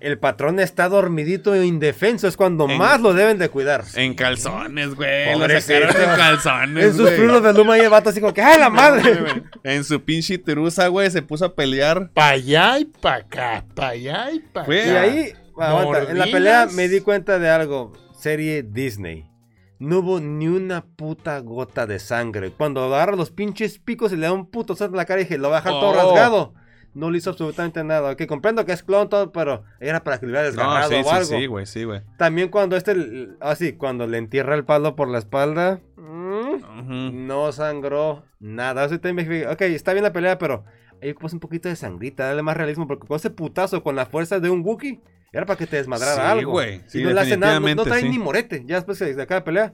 El patrón está dormidito e indefenso. Es cuando En- más lo deben de cuidar. En calzones, güey. Lo Pobrecito. sacaron en calzones, En sus güey. frutos de luma y el vato así como que ¡ay, la madre! En su pinche terusa, güey, se puso a pelear. Pa' allá y pa' acá. Pa' allá y pa' acá. Güey, y ahí, aguanta, en la pelea Mordidas. me di cuenta de algo. Serie Disney. No hubo ni una puta gota de sangre. Cuando agarra los pinches picos y le da un puto salto en la cara y dije, lo va a dejar todo Oh. rasgado. No le hizo absolutamente nada. Que comprendo que es clon todo, pero era para que le hubiera No, desgarrado sí, o sí, algo. sí, güey, sí, güey. También cuando este, l- ah sí, cuando le entierra el palo por la espalda, mm, Ujú. no sangró nada. Eso también me dije, ok, está bien la pelea, pero ahí ocupas un poquito de sangrita, dale más realismo, porque con ese putazo, con la fuerza de un Wookiee, era para que te desmadrara Sí, algo. güey, sí, y no le hace nada, no, no definitivamente, trae sí. ni morete. Ya después de de cada pelea,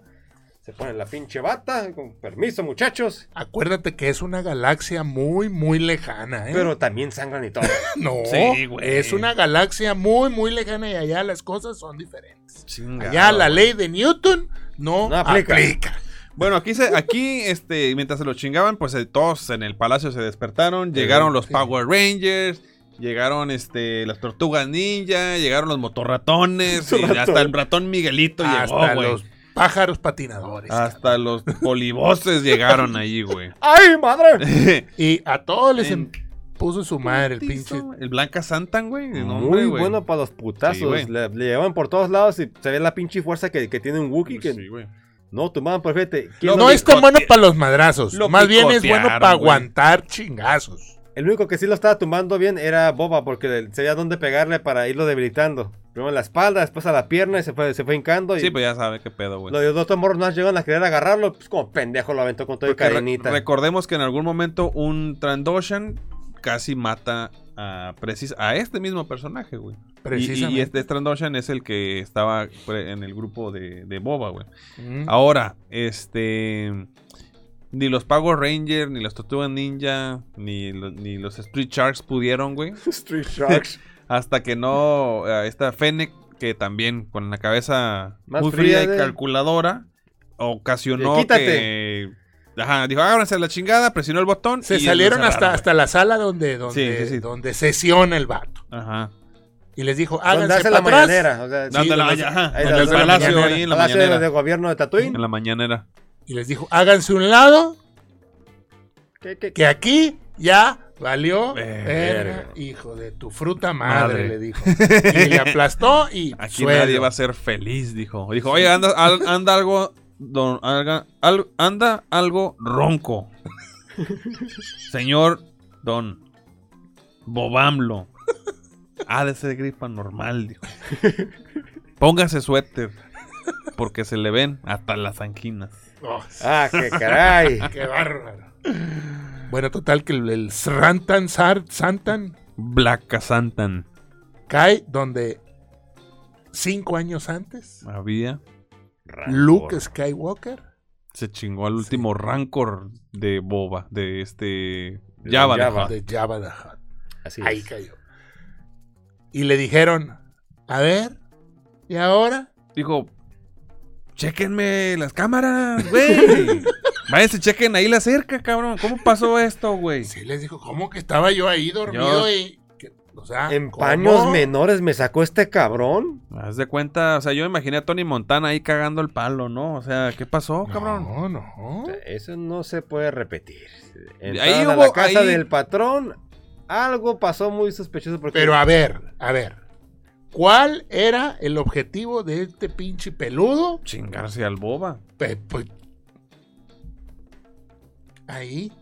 se pone la pinche bata, con permiso, muchachos. Acuérdate que es una galaxia muy, muy lejana, ¿eh? Pero también sangran y todo. *laughs* no, Sí, güey. es una galaxia muy, muy lejana y allá las cosas son diferentes. Chingado, Allá la güey. ley de Newton no, No aplica. aplica. Bueno, aquí, se, aquí este, mientras se lo chingaban, pues eh, todos en el palacio se despertaron. Llegaron los sí. Power Rangers, llegaron este, las tortugas ninja, llegaron los motorratones, y Ratón. hasta el ratón Miguelito Hasta llegó, güey. los pájaros patinadores. Hasta los polivoces llegaron ahí, güey. ¡Ay, *laughs* madre! Y a todos les En- em- puso su madre el pinche. El Blanca Santan, güey. de nombre, Muy güey. Pues bueno para los Sí, putazos. güey. le, le llevaban por todos lados y se ve la pinche fuerza que, que tiene un Wookiee. Que, Pues Sí, güey. No, tumbaban pues, perfecto. Lo- No es tan picotea- bueno para los madrazos. lo Más bien es bueno picotearon, para güey. aguantar chingazos. El único que sí lo estaba tumbando bien era Boba, porque sabía dónde pegarle para irlo debilitando. Primero en la espalda, después a la pierna y se fue, se fue hincando. Y Sí, pues ya sabe qué pedo, güey. Los dos otros morros no llegaron a querer agarrarlo, pues como pendejo lo aventó con todo y Porque re- cadenita. recordemos que en algún momento un Trandoshan casi mata a, precis a este mismo personaje, güey. Y- Y, Precisamente. y este Trandoshan es el que estaba pre- en el grupo de, de Boba, güey. Mm. Ahora, este. Ni los Power Rangers, ni los Tortugas Ninja, ni, lo- ni los Street Sharks pudieron, güey. *laughs* Street *laughs* Sharks. Hasta que no. eh, esta Fennec, que también con la cabeza Más muy fría, fría y de- calculadora, ocasionó De quítate. que. Ajá, dijo, ábranse a la chingada, presionó el botón. y Se los salieron hasta, cerraron, hasta la sala donde, donde, Sí, sí, sí. donde sesiona el vato. güey. Ajá. Y les dijo, Donde háganse hace para la atrás. mañanera. O sea, No, Sí, de la donde- maña- ajá, ahí donde el donde la palacio, mañanera. ahí en la palacio mañanera. de, de gobierno de Tatooine. En la mañanera. Y les dijo, háganse un lado, ¿Qué, qué, qué? que aquí ya valió. Eh, Verga. verga, hijo de tu fruta madre, Madre. *laughs* le dijo. Y le aplastó y Aquí suelo. nadie va a ser feliz, dijo. Dijo, oye, anda, al- anda algo. don- alga- al- anda algo ronco. Señor Don Bobamlo. Ha de ser gripa normal, dijo. Póngase suéter. Porque se le ven hasta las anquinas. Oh, Ah, qué *laughs* caray. qué bárbaro. Bueno, total que el, el Srantan Sar- Santan Blanca Santan. cae donde cinco años antes, Había. Luke Skywalker Se chingó al último rancor de Boba. De este. De Java. Java. dijo. de Jabba the Hutt. Así Ahí es. cayó. Y le dijeron, a ver, ¿y ahora? dijo, chequenme las cámaras, güey. Váyanse, chequen ahí la cerca, cabrón. ¿Cómo pasó esto, güey? Sí, les dijo, ¿cómo que estaba yo ahí dormido Yo- y que O sea, En ¿cómo? paños menores me sacó este cabrón. Haz de cuenta, o sea, yo me imaginé a Tony Montana ahí cagando el palo, ¿no? O sea, ¿qué pasó, cabrón? No, no. Eso no se puede repetir. Entraron Ahí a la hubo- casa ahí- del patrón. Algo pasó muy sospechoso porque Pero a ver, a ver. ¿Cuál era el objetivo de este pinche peludo? Chingarse al boba. Pe- pues, ahí.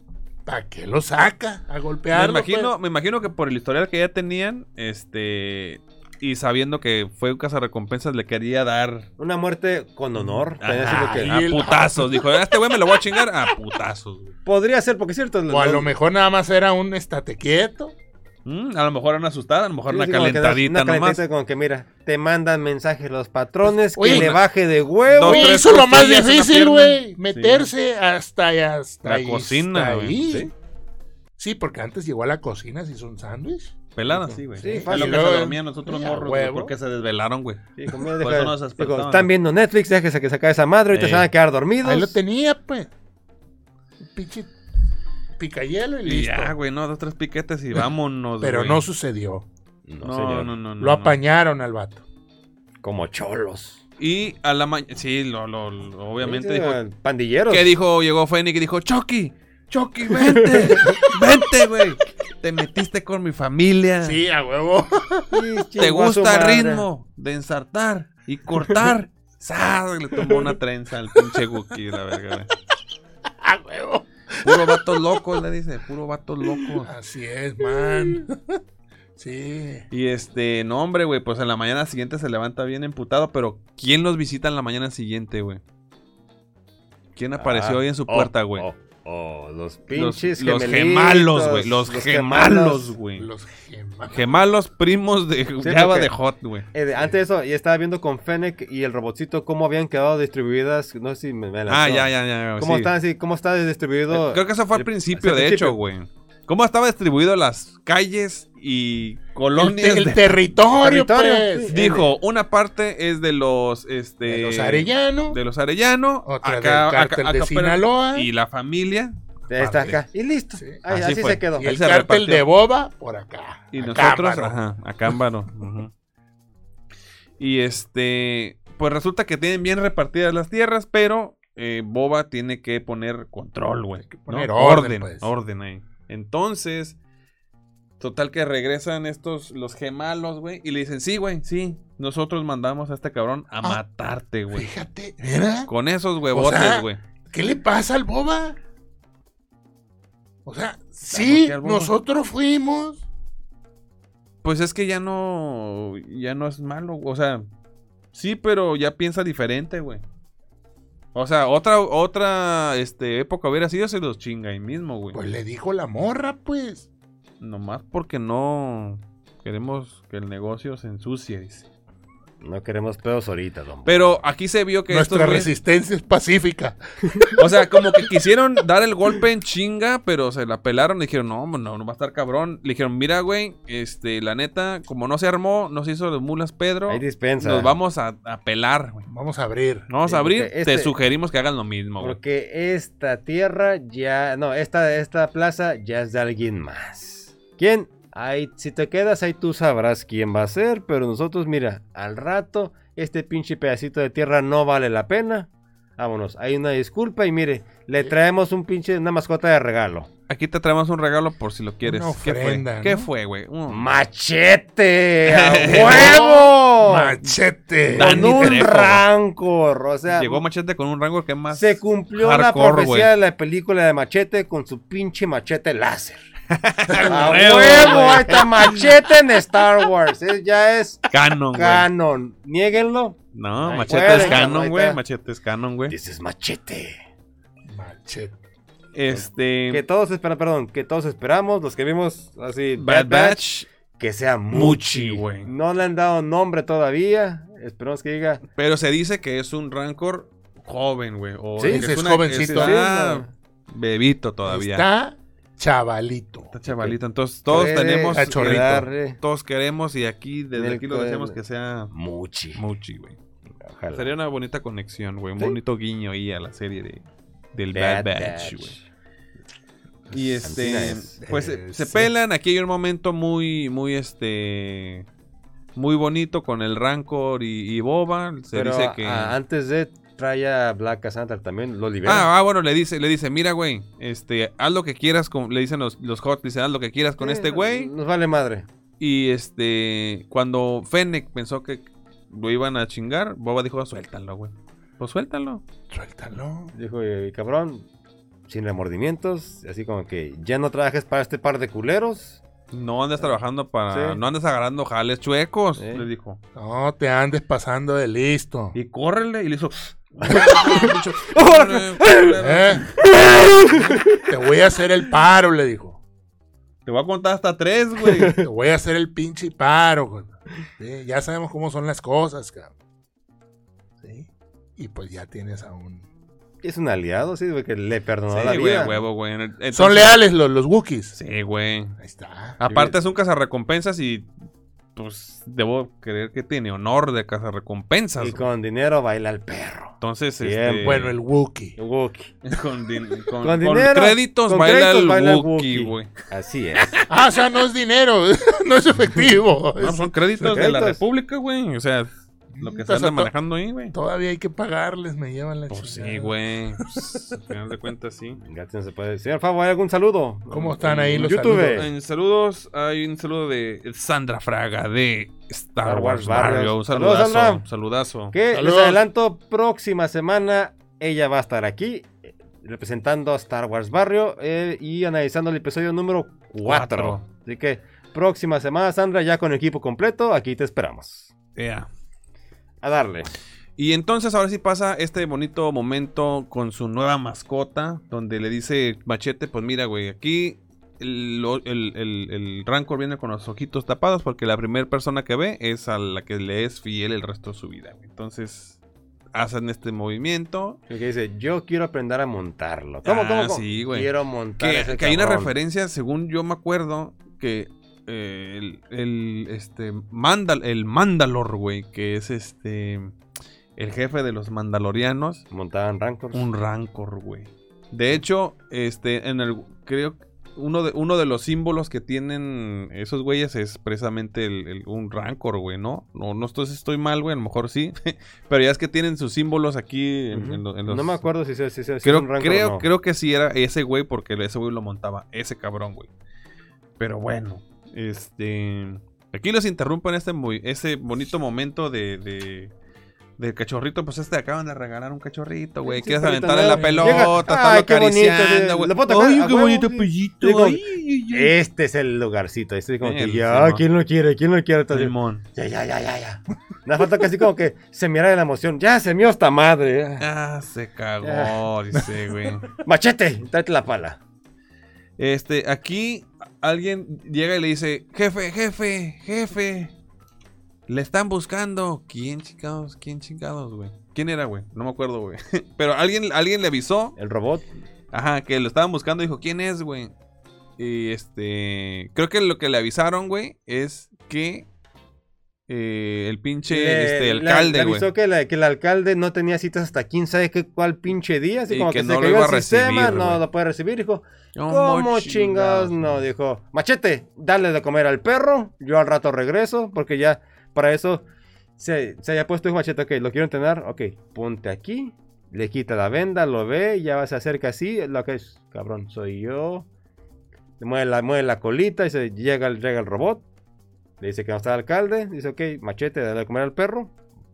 ¿Para qué lo saca? A Me golpearlo. pues. imagino, me imagino que por el historial que ya tenían, este. Y sabiendo que fue un cazarrecompensas, le quería dar. una muerte con honor. tenía Ajá, sido que- a putazos. Dijo, a este güey me lo voy a chingar a putazos. güey. Podría ser, porque es cierto. pues. los- O a lo los- mejor nada más era un estate quieto. Mm, a lo mejor una asustada, a lo mejor sí, una sí, como que da- calentadita una nomás. calentadita como que mira, te mandan mensajes los patrones Oye, que le una- baje de huevo. Dos, Güey, tres eso es lo más costillas, una difícil, pierna. güey. Meterse hasta, hasta La ahí, cocina, hasta güey, ahí. sí. ¿sí? porque antes llegó a la cocina, se hizo un sándwich. Pelada, sí, güey. Sí, Es fácil. lo que Y luego- se dormían nosotros Sí, a morros, güey, huevo. porque se desvelaron, güey. Sí, como ya Por deja- eso Pues no Eh. se digo, despertaban. están viendo Netflix, déjese que saca esa madre, ahorita Ey. se van a quedar dormidos. Ahí lo tenía, pues. Un pinche picayelo y Y listo. ya, güey, no, dos, tres piquetes y vámonos, Pero güey. no sucedió. No, No, señor. no, no, no, lo no. apañaron al vato. Como cholos. Y a la mañana. Sí, lo, lo- lo- obviamente Sí, dijo. eran Pandilleros. ¿Qué dijo? Llegó Fénix y dijo: Chucky, Chucky, vente, *laughs* vente, güey. Te metiste con mi familia. Sí, a huevo. Te *laughs* Sí, chingó a su gusta el madre. ritmo de ensartar y *laughs* cortar. ¡Sas! Le tomó una trenza al pinche Wookiee, la verga, güey. A huevo. Puro vato loco, le dice, puro vato loco. Así es, man. Sí. Y este, no, hombre, güey, pues en la mañana siguiente se levanta bien emputado, pero ¿quién los visita en la mañana siguiente, güey? ¿Quién apareció Ah, hoy en su oh, puerta, güey? Oh, oh, los los, pinches los gemelitos, gemalos, güey. Los, los gemalos, güey. Los gemas. Gemalos primos de Java porque- de Hot, güey. Eh, de- antes de eso, ya estaba viendo con Fennec y el robotcito cómo habían quedado distribuidas. No sé si me, me Ah, lanzó. ya, ya, ya. ¿Cómo, sí. Eh, están, sí, ¿Cómo está distribuido? Creo que eso Eh, fue al el- principio, al de principio. hecho, güey. ¿Cómo estaba distribuido las calles y El, colonias? te- el de- territorio, territorio, pues. sí. Dijo, una parte es de los, este... De los arellanos. De los Arellano. acá, Otra del cártel acá- de acá, pero- Sinaloa. Y la familia. Ya está Parte. acá. Y listo. Sí. Ay, Ah, Así así fue. se quedó. Y el Él se cártel repartió. de boba por acá. Y Acá, nosotros, mano. ajá, a *laughs* Cámbaro. ujú. Y este, pues resulta que tienen bien repartidas las tierras, pero eh, Boba tiene que poner control, güey. Hay que ¿no? poner orden, pues. orden ahí. Entonces, total que regresan estos, los gemalos, güey, y le dicen, sí, güey, sí, nosotros mandamos a este cabrón a Ah. matarte, *laughs* güey. Fíjate, mira. Con esos huevotes, sea, güey. ¿Qué le pasa al boba? O sea, sí, qué al boba? nosotros fuimos. Pues es que ya no, ya no es malo, o sea, sí, pero ya piensa diferente, güey. O sea, otra, otra, este, época hubiera sido se los chinga ahí mismo, güey. Pues le dijo la morra, pues. Nomás porque no queremos que el negocio se ensucie, dice. No queremos pedos ahorita, don. Pero aquí se vio que estos Nuestra güeyes- resistencia es pacífica. o sea, como que quisieron dar el golpe en chinga, pero se la pelaron. Le dijeron, no, no, no va a estar cabrón. Le dijeron, mira, güey, este, la neta, como no se armó, nos hizo los mulas Pedro, Ahí dispensa. nos vamos a, a pelar, güey. Vamos a abrir. Vamos Sí, a abrir, porque te este- sugerimos que hagan lo mismo, güey. Porque esta tierra ya. No, esta, esta plaza ya es de alguien más. ¿Quién? Ahí, si te quedas ahí tú sabrás quién va a ser, pero nosotros, mira, al rato, este pinche pedacito de tierra no vale la pena. Vámonos, hay una disculpa y mire, le traemos un pinche, una mascota de regalo. Aquí te traemos un regalo por si lo quieres. Una ofrenda, ¿Qué ¿no? fue? ¿Qué fue, güey? Un- ¡Machete! ¡A huevo! ¡Machete! Tan Con un diferente. rancor, o sea, Llegó Machete con un rango que es más. se cumplió la hardcore, profecía güey. de la película de Machete con su pinche *laughs* machete láser. ¡A huevo, huevo! güey. Ahí está Machete en Star Wars. Es- ya es Canon, güey. canon. Niéguenlo. No, Ay, Machete güey, es canon, ahorita. güey. Machete es canon, güey. Dices Machete. Machete. Que Este. todos esperan, perdón, que todos esperamos, los que vimos así, Bad Batch. que sea Muchi, Muchi, güey. No le han dado nombre todavía. Esperamos que diga. Pero se dice que es un rancor joven, güey. o Sí, que es Ah, jovencito. Está bebito todavía. Está, Está chavalito. chavalito. Entonces, todos Puede eh". tenemos. cachorrito. quedarle Todos queremos y aquí, desde En el aquí lo cuerno. deseamos que sea Muchi. Muchi, güey. Ojalá. Sería una bonita conexión, güey. Un Sí. bonito guiño ahí a la serie de, del Bad, Bad Batch, Batch. güey. Y este, es, pues eh, se- se sí. pelan. Aquí hay un momento muy, muy este, muy bonito con el Rancor y, y Boba. Se Pero dice a- que. a- antes de trae a Black Cassandra también, lo libera. Ah, ah, bueno, le dice, le dice, mira, güey, este, haz lo que quieras con, le dicen los, los hot, dice, haz lo que quieras con Eh, este güey. Nos vale madre. Y este, cuando Fennec pensó que lo iban a chingar, Boba dijo, suéltalo, güey. Pues suéltalo. Suéltalo. Dijo, "Eh, cabrón, sin remordimientos. Así como que ya no trabajes para este par *laughs* de culeros. No andes trabajando para, Sí. no andes agarrando jales chuecos, Sí. le dijo. No te andes pasando de listo. Y córrele, y le *laughs* hizo. *laughs* ¿Eh? Te voy a hacer el paro, le dijo. Te voy a contar hasta tres, *laughs* güey. Te voy a hacer el pinche paro. güey. Sí, Ya sabemos cómo son las cosas, cabrón. Sí. Y pues ya tienes a un... Es un aliado, sí, güey, que le perdonó la Sí, güey, vida. huevo, güey. Entonces- Son leales los, los Wookiees. Sí, güey. Ahí está. Aparte es un cazarrecompensas y pues debo creer que tiene honor de cazarrecompensas. Y güey. con dinero baila el perro. Entonces, Bien, este, Bueno, el Wookiee. Wookie. *laughs* con, din- con- Con con dinero, créditos con baila créditos el baila el Wookiee, Wookiee. güey. Así es. *laughs* Ah, o sea, no es dinero, *laughs* no es efectivo. *laughs* No, Es- son créditos son de la créditos. República, güey. O sea, lo que se O sea, anda to- manejando ahí, güey. Todavía hay que pagarles, me llevan la Pues chingada. sí, güey. *laughs* Pues, Al final de cuentas, sí. Ya no se puede. Señor Favo, ¿hay algún saludo? ¿Cómo están ahí los YouTube. saludos? En saludos, hay un saludo de Sandra Fraga de Star Star Wars Wars Barrio. Barrios. Un Saludos, saludazo. Sandra. saludazo. Que les Saludos. adelanto, próxima semana ella va a estar aquí eh, representando a Star Wars Barrio eh, y analizando el episodio número 4. Cuatro. Así que próxima semana, Sandra, ya con el equipo completo, aquí te esperamos. Ea. A darle. Y entonces ahora sí pasa este bonito momento con su nueva mascota, donde le dice Machete, pues mira, güey, aquí el, lo- el- el- el Rancor viene con los ojitos tapados porque la primera persona que ve es a la que le es fiel el resto de su vida. güey. Entonces hacen este movimiento. El que dice, yo quiero aprender a montarlo. ¿Cómo, Ah, cómo, cómo? sí, güey. Quiero montar. Que, ese que hay una cabrón". referencia, según yo me acuerdo, que eh, el, el, este, Mandal, el Mandalor, güey, que es este el jefe de los mandalorianos. Montaban Rancors. Un rancor, güey. De hecho, este, en el, creo que uno de, uno de los símbolos que tienen esos güeyes es precisamente el, el- un rancor, güey, ¿no? No, no estoy, estoy mal, güey, a lo mejor sí. *laughs* Pero ya es que tienen sus símbolos aquí en, en lo- en los... No me acuerdo si se si, se- si Creo, un Rancor creo, o no. creo que sí era ese güey porque ese güey lo montaba, ese cabrón, güey. Pero bueno, este... Aquí los interrumpen este, muy- ese bonito momento de... de del cachorrito, pues este acaban de regalar un cachorrito, güey. Sí, Quieres pero aventarle también la pelota, llega, estarlo "Ay, qué bonito, acariciando, sí, güey. lo puedo tocar, a huevo, sí". pollito! Digo, ay, ay, ay. Este es el lugarcito. Este es como que, El ya, Simón. ¿quién lo quiere? ¿Quién lo quiere? Entonces, Simón. Ya, ya, ya, ya, ya. Nada falta que así como que se mirara de la emoción. Ya, se mió esta madre. ya. Ah, se *laughs* cagó, dice, güey. Machete, tráete la pala. Este, aquí alguien llega y le dice, jefe, jefe, jefe. Le están buscando. ¿Quién chingados? ¿Quién chingados, güey? ¿Quién era, güey? No me acuerdo, güey. *laughs* Pero alguien, alguien le avisó. El robot. Ajá, que lo estaban buscando. Dijo, ¿quién es, güey? Y este. Creo que lo que le avisaron, güey, es que. eh, el pinche Le- este, le- alcalde, le güey. avisó que, la- que el alcalde no tenía citas hasta quién sabe qué, cuál pinche día. Así Y como que que, no se lo cayó iba el a sistema. recibir, güey. No lo puede recibir. Dijo, No, ¿cómo mo- chingados? No, güey. dijo, Machete, dale de comer al perro. Yo al rato regreso. Porque ya, para eso, se, se haya puesto el Machete. Ok, lo quiero entrenar. Ok, ponte aquí. Le quita la venda, lo ve, ya se acerca así. Lo que es, cabrón, soy yo. Le mueve la, mueve la colita y se llega, el- llega el robot. Le dice que no está el alcalde. Dice, ok, machete, dale de comer al perro.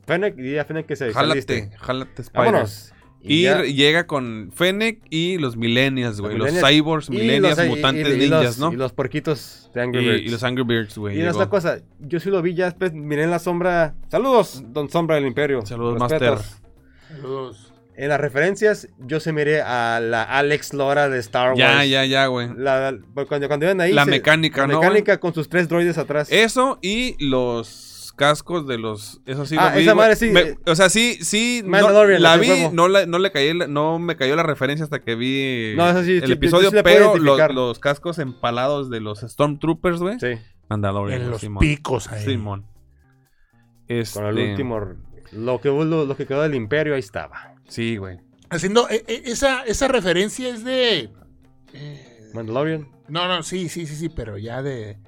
Fennec, y a Fennec que se Jálate, saliste. jálate, Spider. Vámonos. Y ya- re- llega con Fennec y los Millennials, güey. Los Los, millennials. Cyborgs, y Millennials, los- y- Mutantes, y- y los- Ninjas, ¿no? Y los porquitos de Y, Angry Birds. y los Angry Birds, güey. Y no es llegó. otra cosa, yo sí lo vi ya después, miré en la sombra. Saludos, don Sombra del Imperio. Saludos, Respetos. Master. Saludos. En las referencias, yo se miré a la Alex Lora de Star Wars. Ya, ya, ya, güey. La, la- cuando, cuando iban ahí. La se- mecánica, la ¿no, Eh. mecánica con sus tres droides atrás. Eso y los cascos de los. Eso sí, Ah, lo vi, esa güey. madre sí, Me- eh, o sea, sí, sí. no- Mandalorian, la la de vi, huevo. no, la- no le caí, la- no me cayó la referencia hasta que vi No, eso sí, sí, el yo- yo episodio, sí la puedo pero los, identificar. los cascos empalados de los Stormtroopers, güey. Sí, Mandalorian. En los Simón. picos ahí. Simón. con el Este, último. Lo que, lo, lo que quedó del Imperio, ahí estaba. Sí, güey. Haciendo, eh, eh, esa, esa referencia es de... eh, Mandalorian. No, no, sí, sí, sí, sí, pero ya de.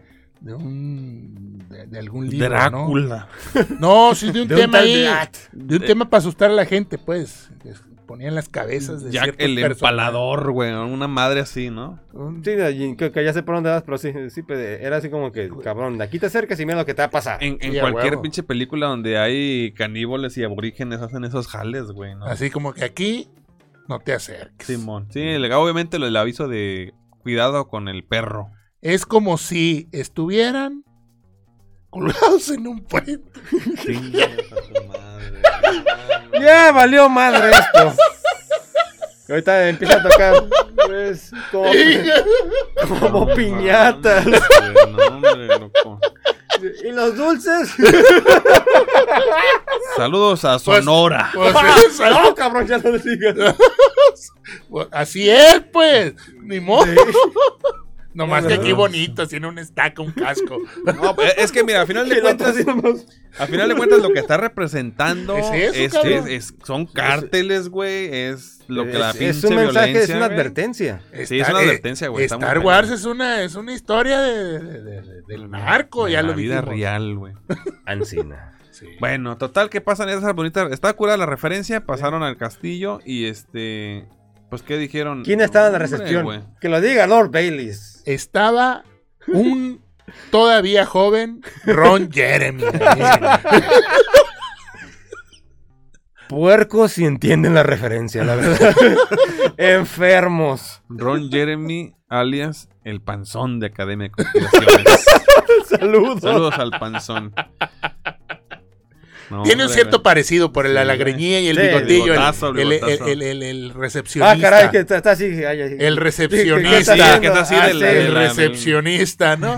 De un. De, de algún libro. ¿no? Drácula. No, sí, de un De un tema tal ahí. Vlad. De un tema para asustar a la gente, pues. Les Ponían las cabezas de. Jack ciertos el personajes. empalador, güey. Una madre así, ¿no? Un- Sí, de- que, que ya sé por dónde vas, pero sí, sí, pero era así como que, cabrón, de aquí te acercas y mira lo que te va a pasar. En, en Sí, a cualquier huevo. pinche película donde hay caníbales y aborígenes hacen esos jales, güey, ¿no? Así como que aquí no te acerques. Simón. Sí, el- obviamente el, el aviso de cuidado con el *laughs* perro. Es como si estuvieran colgados en un puente. Ya valió madre esto. Ahorita empieza a tocar pues, como, *laughs* como No, piñatas. mames, güey, No, hombre, loco. ¿Y los dulces? Saludos a Sonora. Pues es- *laughs* no, cabrón, ya no le digas. pues así es, pues. Ni modo. Nomás que aquí bonito, tiene un estaca, un casco. No, pues, es que mira, al final Y de el otro cuentas, así nomás. al final de cuentas lo que está representando Es eso, es- cabrón. es- es- son cárteles, güey, es lo que la Es- pinche es un mensaje, es violencia, una güey. advertencia. Sí, es una eh, advertencia, güey, está muy Star cañón. Wars es una, es una historia de- de- de- de- del narco, De ya la lo vida dijimos. real, güey. Ancina. Sí. Bueno, total que pasan esas bonitas. Está curada la referencia, pasaron al castillo y este. Pues qué dijeron. ¿Quién estaba en la Hombre, recepción? güey. que lo diga Lord Baileys. Estaba *laughs* un todavía joven Ron Jeremy. Puercos si entienden la referencia, *laughs* la verdad. Enfermos. *laughs* Ron Jeremy, alias el panzón de Academia de *laughs* Conspiraciones. Saludos. Saludos al panzón. No, Tiene un hombre, cierto güey. Ah, parecido por la Sí, lagreñía y el Sí, el bigotillo. El, bigotazo, el el- el- bigotazo. el- el- el recepcionista. Ah, caray, que está, está así. ay, *laughs* ay. El Sí, sí, recepcionista. el que está así Ah, de la- sí, de el la- *laughs* recepcionista, ¿no?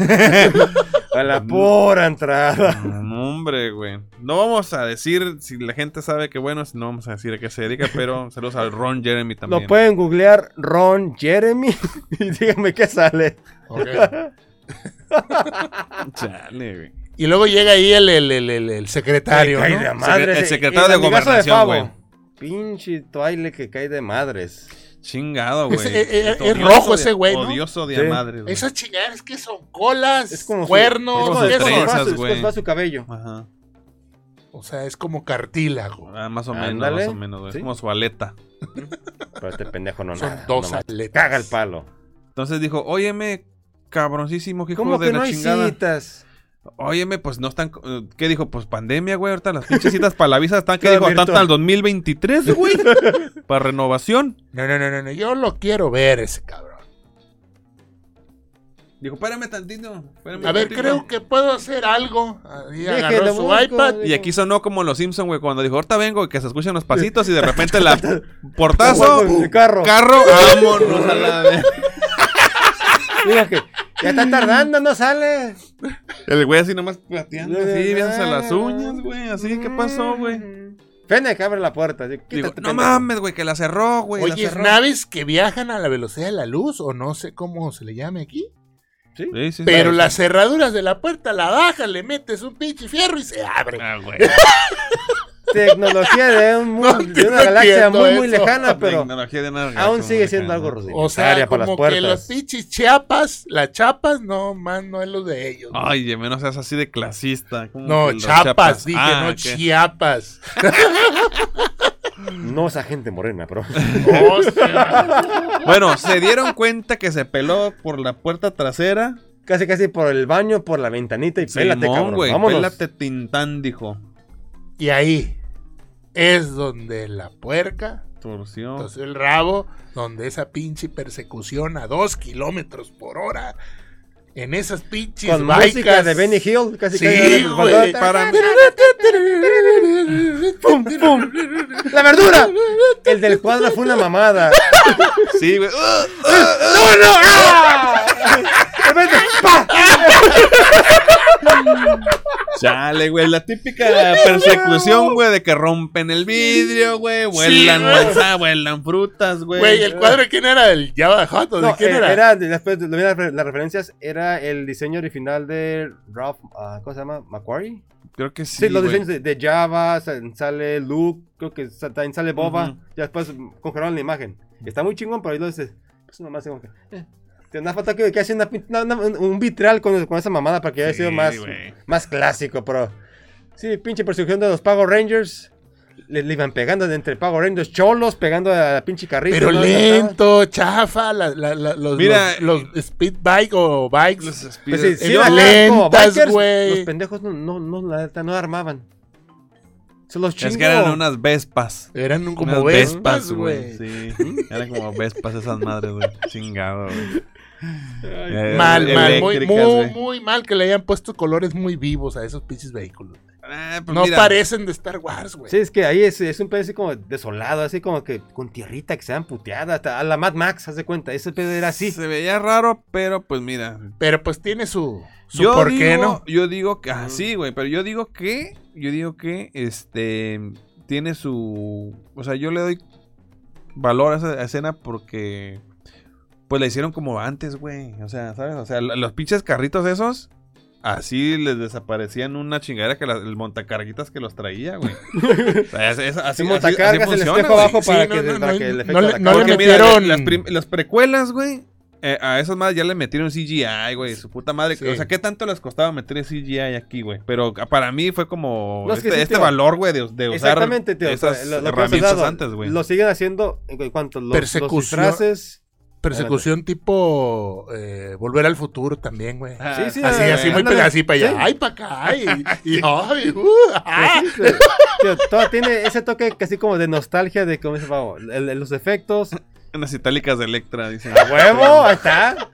A la pura entrada. No, Mm, hombre, güey. No vamos a decir, si la gente sabe que bueno, no vamos a decir a qué se dedica, pero saludos al Ron Jeremy también. Lo pueden googlear Ron Jeremy *laughs* y díganme qué sale. Ok. Ah, Chale, güey. Y luego llega ahí el, el- el- el- el secretario. Cae ¿no? de madres. el secretario de amigazo gobernación, Favo. güey. Pinche toile que cae de madres. Chingado, güey. Ese- eh, eh, Este es odioso rojo de- ese güey, ¿no? Odioso de Sí. a madre, güey. Esas chingaderas que son colas, Es como su- es cuernos, como es ¿qué sus son? como va trenzas, su- güey. Ah. va su cabello. Ajá. O sea, es como cartílago. Ah, más o menos, Ándale. más o menos, güey. Es Sí. como su aleta. Pero este pendejo no Son nada. dos nomás atletas. Caga el palo. Entonces dijo, óyeme, cabroncísimo, hijo ¿Cómo de que la no hay chingada. citas? Óyeme, pues no están... eh, ¿Qué dijo? Pues pandemia, güey. Ahorita las pinches citas para la visa *laughs* están, que Todo dijo? Hasta virtual. hasta el 2023, *laughs* güey. para renovación. No, no, no, no, no, yo lo quiero ver ese cabrón. Dijo, espérame tantito. espérame A ver, tantito". creo que puedo hacer algo. Ahí Déjelo, agarró su busco. iPad. Y aquí sonó como en los Simpsons, güey, cuando dijo, ahorita vengo, y que se escuchan los pasitos y *laughs* de repente la portazo, El carro. carro, vámonos a *laughs* la vez. Digo que ya está tardando, no sale. El güey así nomás plateando, así, Sí, viéndose las eh, uñas, güey, así, ¿qué pasó, güey? Fennec abre la puerta. así, Digo, "Quítate, no mm, pendejo". mames, güey, que la cerró, güey, la Oye, cerró. naves que viajan a la velocidad de la luz, o no sé cómo se le llame aquí. Sí, sí, Pero sí. las cerraduras de la puerta la bajas, le metes un pinche fierro y se abre. Ah, güey. *laughs* Tecnología de, un mu- No *laughs* de entiendo una galaxia muy, muy eso. lejana, pero Tecnología de nada, aún gacho, sigue muy siendo lejano. algo rudimentaria O sea, para las como que los puertas. pinches chiapas, las chapas, no, más no es lo de ellos. Ah, Ay, de menos seas así de clasista. como no, que los chapas, dije, Ah, no ok. *laughs* chiapas. No esa gente morena, pero. *laughs* Hostia. Bueno, se dieron cuenta que se peló por la puerta trasera. casi, casi por el baño, por la ventanita y pélate, Simón, cabrón. güey, Vámonos. pélate Tintán, dijo. y ahí es donde la puerca Torció. torció el rabo, donde esa pinche persecución a dos kilómetros por hora, en esas pinches Con baicas. música de Benny Hill, casi Sí, casi. güey, para- *laughs* ¡Pum, pum! ¡La verdura! El del cuadro fue una mamada. Sí, güey. ¡Ah! ¡No, no! ¡Ah! De repente, ¡pa! Chale, güey. La típica persecución, güey, de que rompen el vidrio, güey. Vuelan güey. manzana, vuelan frutas, güey. Güey, ¿el cuadro de quién era? ¿El Java Hot o de No, quién eh, era? era, de- después de- de las re- las referencias, era el diseño original de Ralph, ah, ¿cómo se llama? ¿Macquarie? Creo que sí. Sí, los güey. diseños de, de Java, sa- sale Luke, creo que sa- también sale Boba, Ujú. ya después mm, congelaron la imagen. Está muy chingón, pero ahí lo dices, pues nomás como que, eh, Te nada falta que, que hacen una pin- una- una- un- un vitral con, con esa mamada para que haya Sí, sido más, güey. más clásico, pero. Sí, pinche persecución de los Pago Rangers. Le, le iban pegando de entre Pago Rangers, cholos, pegando a la pinche carrito. Pero ¿no? lento, chafa, la- la- la- los, Mira, los, los speed bike o bikes. Los Pues Speeders. sí, sí, Ellos la cara como lentas, bikers, güey. Los pendejos no, no, no, la neta, no armaban. Se los Es chingaron. que eran unas Vespas. Eran un- como Unas vespas, güey. Sí, eran como Vespas esas madres, güey. Chingado, güey. Eh, Mal, mal, muy, eléctricas, muy, güey. muy mal que le hayan puesto colores muy vivos a esos pinches vehículos. Ah, pues No mira, parecen de Star Wars, güey. Sí, es que ahí es, es un pedo así como desolado, así como que con tierrita que se han puteado. Hasta a la Mad Max, haz de cuenta. Ese pedo era así. Se veía raro, pero pues mira. Pero pues tiene su, su Yo por digo, qué, ¿no? Yo digo que. Ah, Mm. sí, güey. Pero yo digo que. Yo digo que. Este. Tiene su. O sea, yo le doy valor a esa escena porque. Pues la hicieron como antes, güey. O sea, ¿sabes? O sea, lo- los pinches carritos esos. Así les desaparecían una chingadera que la- el montacarguitas que los traía, *laughs* güey. O sea, es- es- así, Así, así- así montacargas, el funciona, espejo güey. abajo Sí, para, sí, que, no, no, para no, que el no efecto le- de no la cámara- le Porque Porque mira, metieron- las, prim- las precuelas, güey. eh, a esas madres ya le metieron CGI, güey. Su puta madre. Sí. O sea, ¿qué tanto les costaba meter CGI aquí, güey? Pero ca- para mí fue como No, es que este, sí, este tío. valor, güey, de, de usar Exactamente, tío. o sea, esas lo- lo que has herramientas dado, antes, güey. Lo siguen haciendo en cu- en cuanto a los, los Persecución. disfraces. Persecución tipo eh, Volver al Futuro también, güey. Ah, Sí, sí, Así, ah, así, muy ándale. pega- así para allá. Sí. Ay, para acá. Y, y- ay, uh, ah. Así, tío, tío, todo tiene ese toque casi como de nostalgia de cómo se va, el- el- *laughs* los efectos. En las itálicas de Electra, dicen. Ah, ¡Huevo! Ahí está.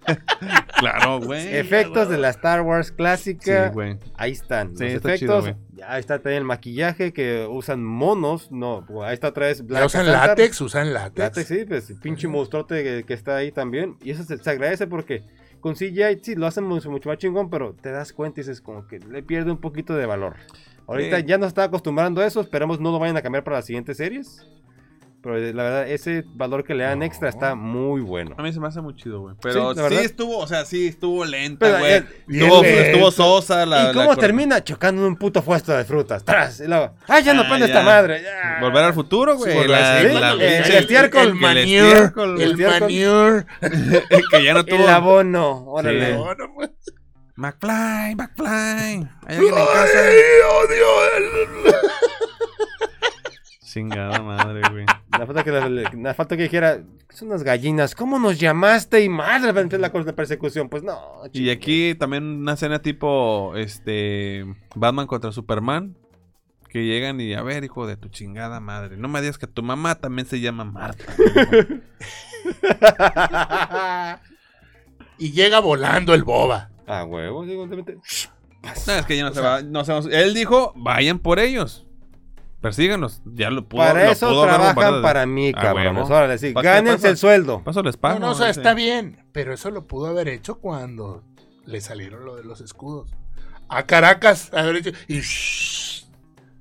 Claro, güey. Efectos de la Star Wars Sí, clásica. güey. Ahí están Sí, los está efectos. chido, ahí está también el maquillaje que usan monos. No, ahí está otra vez Ya Black usan Panther. látex, usan látex. Látex, sí, pues pinche monstruote que, que está ahí también. Y eso se, se agradece porque con CGI sí lo hacen mucho, mucho más chingón, pero te das cuenta y dices como que le pierde un poquito de valor. Ahorita Sí. ya nos está acostumbrando a eso, esperemos no lo vayan a cambiar para las siguientes series. Pero eh, la verdad, ese valor que le dan extra está muy bueno. A mí se me hace muy chido, güey. Pero Sí, sí, la verdad. estuvo, o sea, sí, estuvo lenta, Pero, güey. eh, bien Estuvo, lenta. estuvo sosa la. ¿Y la cómo cor- termina? Chocando en un puto puesto de frutas. ¡Tras! Y luego, ¡ah, ya no Ah, prende ya. esta madre! ya". Volver al futuro, güey. Sí, la- sí, la- el- el pinche- estiércol, el el manure, estiércol, güey. el estiércol. manure. que ya no tuvo. El abono, órale. Sí. No, no, güey. McFly, McFly. ¿Hay Ay, alguien en casa? odio el- Chingada madre, güey. La falta que, la, falta que dijera, son unas gallinas, ¿cómo nos llamaste? Y madre, frente la cosa de persecución. Pues no. Y chingue. aquí también una escena tipo este Batman contra Superman. Que llegan y a ver, hijo de tu chingada madre. No me digas que tu mamá también se llama *laughs* Marta. Y llega volando el boba. Ah, huevo, digo, obviamente. No, es que ya no se va. No se va- Él dijo, vayan por ellos. Persíganos. Ya lo pudo. para lo eso pudo haber trabajan bombardeado. para mí, Ah, cabrones. huevo. Órale, sí, ¿Pa' qué gánense pasa? el sueldo. Paso les No, pago. no, o sea, dice. está bien. Pero eso lo pudo haber hecho cuando le salieron lo de los escudos. A Caracas, haber hecho. Y shh,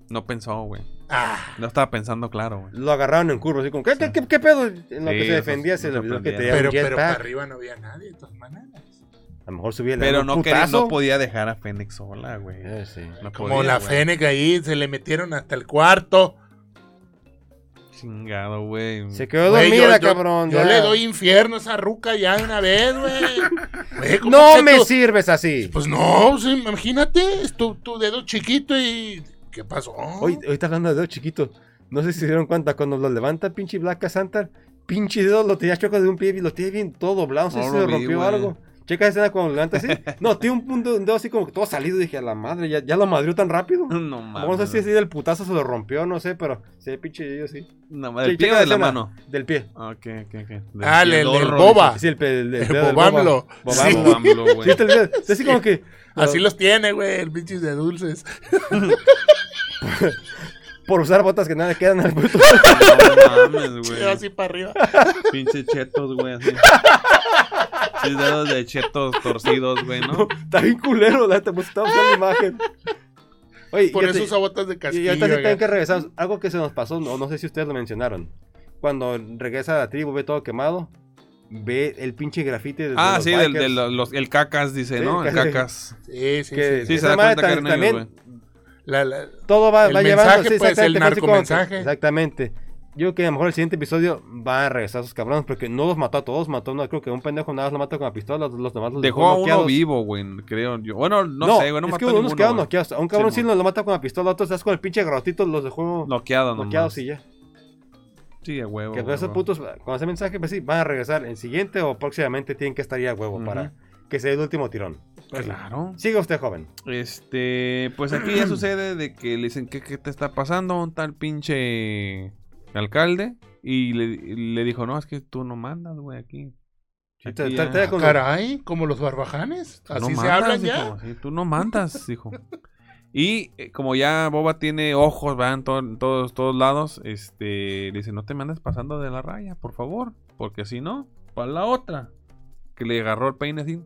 No pensó, güey. ah, No estaba pensando claro, güey. Lo agarraron en curva, así como, ¿qué, qué, qué- qué pedo? En lo Sí, que se eso defendía, sí, se no le olvidó que sorprendía. tenía pero, un pero para jetpack. arriba no había nadie, de todas maneras. A lo mejor subía el Pero no, quería, no putazo. podía dejar a Fénix sola, güey. Eh, sí. No Como podía, la güey. Fénix ahí, se le metieron hasta el cuarto. Chingado, güey. Se quedó Güey, dormida, yo- yo- cabrón. Yo ya. le doy infierno a esa ruca ya de una vez, güey. *laughs* Güey, ¿cómo No que me tú- sirves así. Pues no, sí, imagínate, es tu, tu dedo chiquito y. ¿Qué pasó? Hoy, hoy está hablando de dedo chiquito. No sé si se dieron cuenta, cuando lo levanta pinche Blanca Santa, pinche dedo lo tenía choco de un pie y lo tiene bien todo doblado. No sé No si lo se vi, rompió güey. algo. Checa esa escena cuando lo levanta así. No, tiene un, punto, un dedo así como que todo salido. Dije, a la madre, ya, ya lo madrió tan rápido. *laughs* No mames. Vamos a ver si así del putazo se lo rompió, no sé, pero se ve pinche dedo así. No, del Ah, pie Che- checa o de la escena. mano. Ah, Del pie. Ok, ok, ok. Del pie Ah, el- el dorro, boba. Sí, el, pe- el, *laughs* el El dedo del bobamlo. boba. dice. Bobamlo. Bobo AMLO, güey. Sí, está el dedo. Así como que. Así los tiene, güey, el pinche de dulces. *laughs* Por usar botas que nada le quedan al puto. No mames, güey. Así para *laughs* arriba. Pinche chetos, güey. Así. Sí, dedos de chetos torcidos, güey, ¿no? Está bien culero, la neta, pues, estaba buscando imagen. Oye, Por ya eso te- usa botas de Y castillo. ahorita sí acá. tienen que regresar. Algo que se nos pasó, no, no sé si ustedes lo mencionaron. Cuando regresa a la tribu, ve todo quemado. Ve el pinche grafite *laughs* de de Ah, los sí, del, bikers. del- los, el cacas, dice, Sí, ¿no? El casi. cacas. Sí, sí, Que- sí. Sí, esa se da cuenta madre que eran tam- ellos, güey. La- la- Todo va, El va llevando. mensaje, pues, el exactamente, fue así como que- narcomensaje. Exactamente. Yo creo que a lo mejor el siguiente episodio va a regresar a esos cabrones porque no los mató a todos, mató a uno, creo que un pendejo nada más lo mata con la pistola, los, los demás los Dejó a uno noqueados. vivo, güey, creo yo. Bueno, no, sé, güey, no es mató que a unos ninguno. quedaron güey. noqueados. A un cabrón sí, Simón. lo lo mata con la pistola, a otros estás con el pinche garrotito, los dejó Noqueado nomás. noqueados y ya. Sí, a huevo. Que güey, esos güey. putos, con ese mensaje, pues sí, van a regresar en siguiente o próximamente tienen que estar ya a huevo Ujú. para que sea el último tirón. Claro. Sigue usted, joven. Este, pues aquí *clears throat* ya sucede de que le dicen, ¿qué, qué te está pasando? Un tal pinche alcalde. Y le, le dijo, no, es que tú no mandas, güey, aquí. Sí, Aquí te- ya- te- te- Ah, con- Caray, como los barbajanes. Tú no Así se mandas, hablan dijo, ya. sí, tú no mandas, dijo. Y eh, como ya Boba tiene ojos, ¿verdad? En, to- en todos, todos lados, este, le dice, no te mandes pasando de la raya, por favor. Porque si no, para la otra. Que le agarró el peine *laughs* así,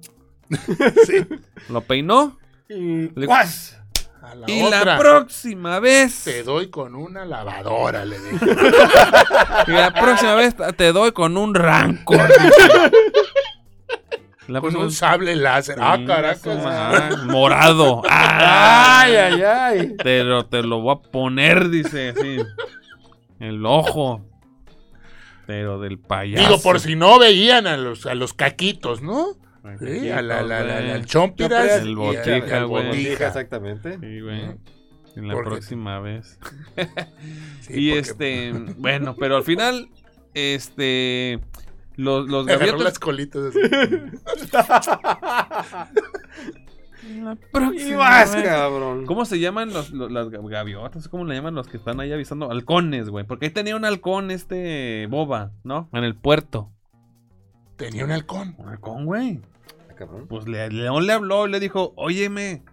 Sí. lo peinó. Y... Le- ¡Guas! A la y otra. la próxima vez... Te doy con una lavadora, le dije. Y la próxima vez te doy con un *laughs* rancor. La Mm, Con próxima un vez- sable láser. Ah, Chinga su caracas. madre, Morado. ¡Ay, ¡Ay, ay, *laughs* ay! Te lo, te lo voy a poner, dice así. El ojo. Pero del payaso. Digo, por si no veían a los, a los caquitos, ¿no? Sí, Caquitos, a la, la, la, la- güey. al chompiras. El y al- botija, al güey. botija. Exactamente. Sí, güey. Ujú. En la Porque- próxima vez. Sí, y porque este. Bueno, pero al final. Este. Los, los agarró gaviotas. las colitas así. La *laughs* Y próxima vas, vez. cabrón. ¿Cómo se llaman los, los- las ga- gaviotas? ¿Cómo le llaman los que están ahí avisando? Halcones, güey. Porque ahí tenía un halcón este boba, ¿no? En el puerto. Tenía un halcón. Un halcón, güey. Ah, cabrón. Pues le- León le habló y le dijo, óyeme,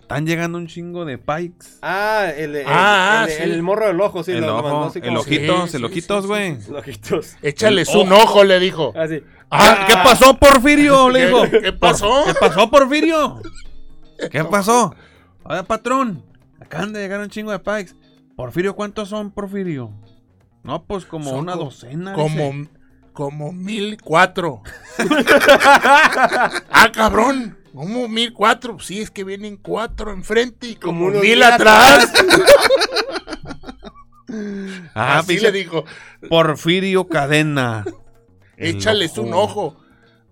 están llegando un chingo de pikes. Ah, el, el, Ah, el, sí. el morro del ojo, sí. el lo- lo mandó ojo, así el como que- ojitos, Sí, el sí, ojitos, sí, güey. Ojitos. Échales El oh. un ojo, le dijo. Así. Ah, ¿Qué pasó, *laughs* Porfirio? Le ¿Qué- dijo. qué pasó? ¿Qué pasó, Porfirio? ¿Qué pasó? Ahora, patrón, acaban de llegar un chingo de pikes. Porfirio, ¿cuántos son, Porfirio? No, pues como Son una co- docena. dice. Como, como mil *laughs* cuatro. ah, cabrón. Como mil cuatro. Sí, es que vienen cuatro enfrente y como, Como unos mil mil atrás. *laughs* Ah, Así pinche le dijo. Porfirio *laughs* Cadena. El Échales un ojo.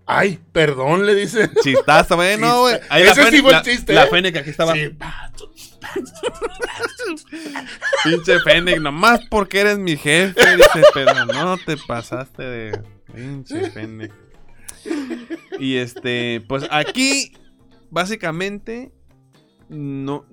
Ay, perdón, le dice. Chistazo, güey. No, güey. Ahí la Ese sí Fénix- fue el la- chiste, La ¿eh? Fénix aquí estaba. Sí, pa, tu- Pinche Fénix, nomás porque eres mi jefe. Dice, pero no te pasaste de. Pinche Fénix. Y este, pues aquí, básicamente. No,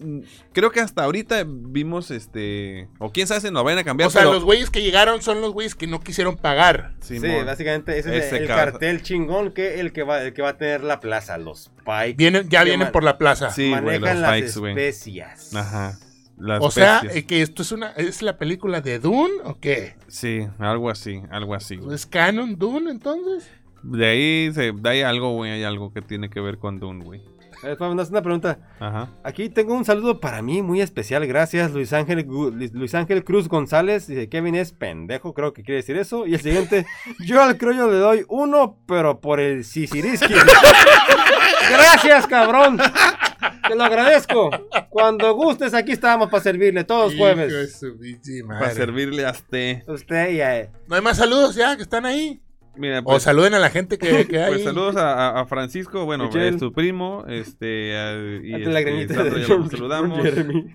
creo que hasta ahorita vimos este. O quién sabe si nos vayan a cambiar. O sea, pero- los güeyes que llegaron son los güeyes que no quisieron pagar. Simón. Sí, básicamente ese es Ese el, el cabrón. cartel chingón que el que va, el que va a tener la plaza, los Pikes. Vienen, ya Qué vienen mal. por la plaza. Sí, güey, los manejan las Pikes, güey. especias. Ajá. Las o sea, bestias. eh, que esto es una es la película de Dune o qué? Sí, algo así, algo así. güey. ¿Es canon Dune entonces? De ahí, se, de ahí algo, güey, hay algo que tiene que ver con Dune, güey. A ver, Pablo, nos hace una pregunta. Ajá. Aquí tengo un saludo para mí muy especial. Gracias, Luis Ángel, Gu- Luis Luis Ángel Cruz González. Dice, Kevin es pendejo, creo que quiere decir eso. Y el *laughs* siguiente, yo al criollo le doy uno, pero por *laughs* el Sisiriski. Gracias, cabrón. Te lo agradezco. Cuando gustes, aquí estamos para servirle todos los Hijo de jueves. su pinche Para madre. servirle a este. Usted eh, y a él. No hay más saludos ya que están ahí. Mira, O pues, saluden a la gente que, *laughs* que hay. pues saludos a, a- a Francisco, bueno, Michelle. es tu primo, este, a- y Ante la este, granita Sandra, de ya John- lo saludamos. Jeremy.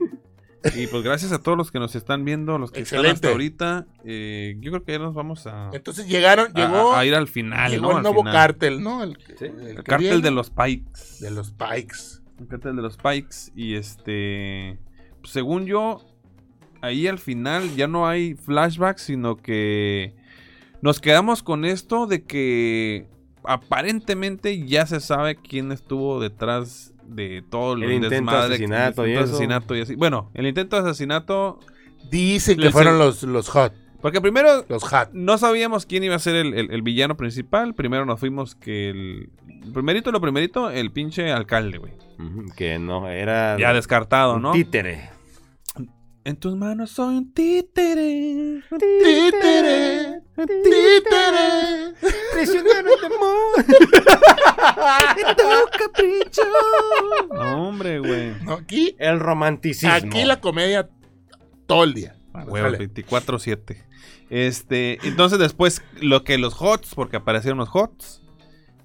Y pues gracias a todos los que nos están viendo, los que están hasta Excelente. ahorita. Eh, yo creo que ya nos vamos a, a- Entonces llegaron, llegó, a- a ir al final, llegó ¿no? el Al nuevo final. cártel, ¿no? El, Sí. El que cártel viene, de los Pikes. de los Pikes. El cártel de los Pikes. Y este. pues, según yo, ahí al final ya no hay flashbacks, sino que. Nos quedamos con esto de que. Aparentemente ya se sabe quién estuvo detrás de todo el, El intento de desmadre, asesinato el intento y de eso. asesinato y así. Bueno, el intento de asesinato. Dicen que Les- fueron los, los hot, Porque primero los hot. no sabíamos quién iba a ser el, el- el villano principal. Primero nos fuimos que el. Primerito, lo primerito, el pinche alcalde, güey. Ujú, Que no, era Ya descartado, un ¿no? títere. En tus manos soy un títere. Títere, títere. Prisionero de amor. Capricho. No, hombre, güey. No, aquí El romanticismo. Aquí la comedia todo el día. Ah, Pues huevo, dale. 24-7. Este, entonces después lo que los HOTS, porque aparecieron los HOTS.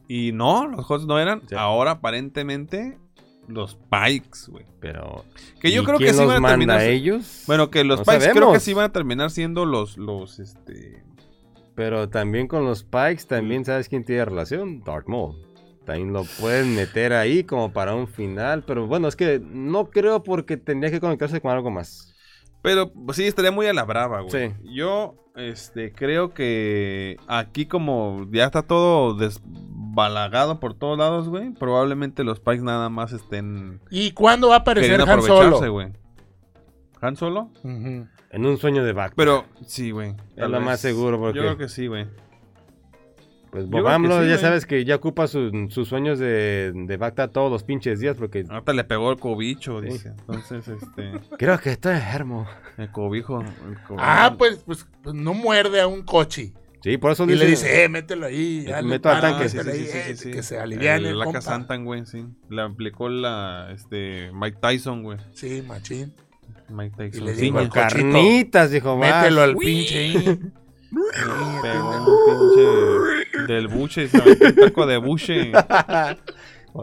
Y no, los HOTS no eran. Sí. Ahora aparentemente los Pikes, güey. Pero. Que yo ¿y creo que quién sí los van a manda terminar. si- ellos? Bueno, que los No Pikes creo que sabemos. sí van a terminar siendo los, los, este. Pero también con los Pikes, también sabes quién tiene relación. Darth Maul. También lo pueden meter ahí como para un final. Pero bueno, es que no creo porque tendría que conectarse con algo más. Pero pues, sí, estaría muy a la brava, güey. Sí. Yo este, creo que aquí como ya está todo desbalagado por todos lados, güey, probablemente los Pikes nada más estén ¿Y cuándo va a aparecer queriendo Han aprovecharse, Solo? güey. ¿Han Solo? Ujú. En un sueño de Back. Pero sí, güey. tal lo vez. más seguro, porque- Yo creo que sí, güey. Pues creo Bob que AMLO, sí, ya güey. sabes que ya ocupa su- sus sueños de, de Bacta todos los pinches días porque Ahorita le pegó el cobicho, Sí. dice. Entonces, este, creo que estoy enfermo. el cobijo. el co- Ah, pues, pues, pues no muerde a un coche. Sí, por eso Y le dice, eh, mételo ahí. Le dale, meto al para, tanque, sí, mételo Ah, sí, ahí, sí, sí, eh, sí. Que se aliviane el la compa. Santan, güey, sí. Le aplicó la, este, Mike Tyson, güey. Sí, machín. Mike Tyson. le Ciña. digo al cochito, carnitas, dijo "Vas". Mételo al pinche ahí. Le pegó un pinche del buche, se aventó un taco de buche. *laughs*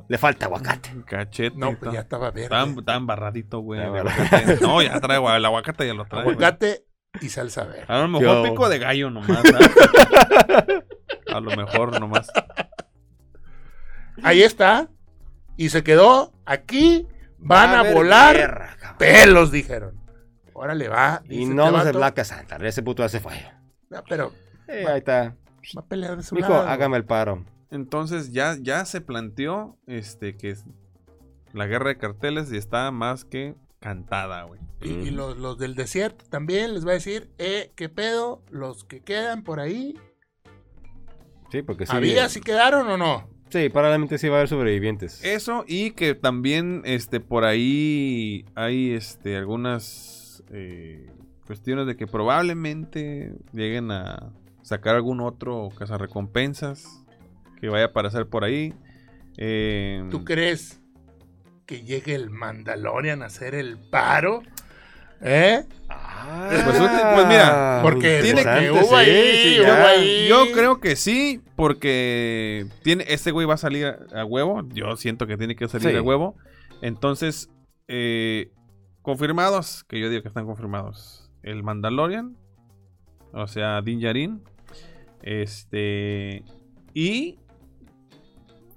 Le falta aguacate. Cachete. No, pues ya estaba verde. Tan, tan barradito, güey. Ya, de barra- aguacate. No, ya trae güey, el aguacate, ya lo trae. güey. Aguacate y salsa verde. A lo Yo- mejor pico de gallo nomás. *laughs* ¿sabes? A lo mejor nomás. Ahí está. Y se quedó aquí. Van Va a, haber volar guerra, cabrón. pelos, dijeron. Órale, va. Y dice no este los de vato. Blanca Santa. Ese puto ya se fue. Ah, Pero Eh, ahí está. va a pelear de su Mijo, lado. hágame el paro. Entonces ya, ya se planteó este que es- la guerra de carteles y está más que cantada, güey. Y, y los, los del desierto también les va a decir, eh, qué pedo, los que quedan por ahí. Sí, porque sí. ¿Había si quedaron o no? Sí, probablemente sí va a haber sobrevivientes. Pues, Eh, Eso y que también este por ahí hay este algunas eh, cuestiones de que probablemente lleguen a sacar algún otro cazarrecompensas que vaya a aparecer por ahí. Eh, Mm. ¿Tú crees que llegue el Mandalorian a hacer el paro? ¿Eh? Ah, Pues, pues, mira, Porque tiene tiene interesante, que hubo ahí, hubo ya. ahí. Yo creo que sí, porque tiene, este güey va a salir a, a huevo. Yo siento que tiene que salir Sí. a huevo. Entonces, eh, confirmados, que yo digo que están confirmados. El Mandalorian, o sea, Din Djarin, este y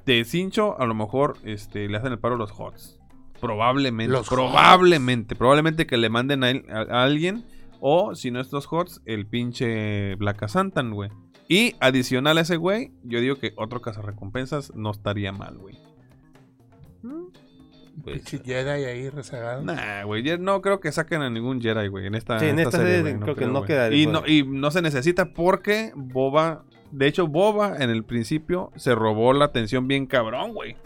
de Cincho a lo mejor este le hacen el paro a los Hots. Probablemente, Los probablemente, probablemente que le manden a, él- a- a alguien o si no estos Hots, el pinche Black Santan, güey. Y adicional a ese güey, yo digo que otro cazarrecompensas no estaría mal, güey. Pues, Pinche Jedi ahí rezagado. Nah, güey, ya no creo que saquen a ningún Jedi, güey, en esta, Sí, en esta serie güey, creo que no güey. quedaría, Y güey. no, y no se necesita porque Boba, de hecho Boba en el principio se robó la atención bien cabrón, güey.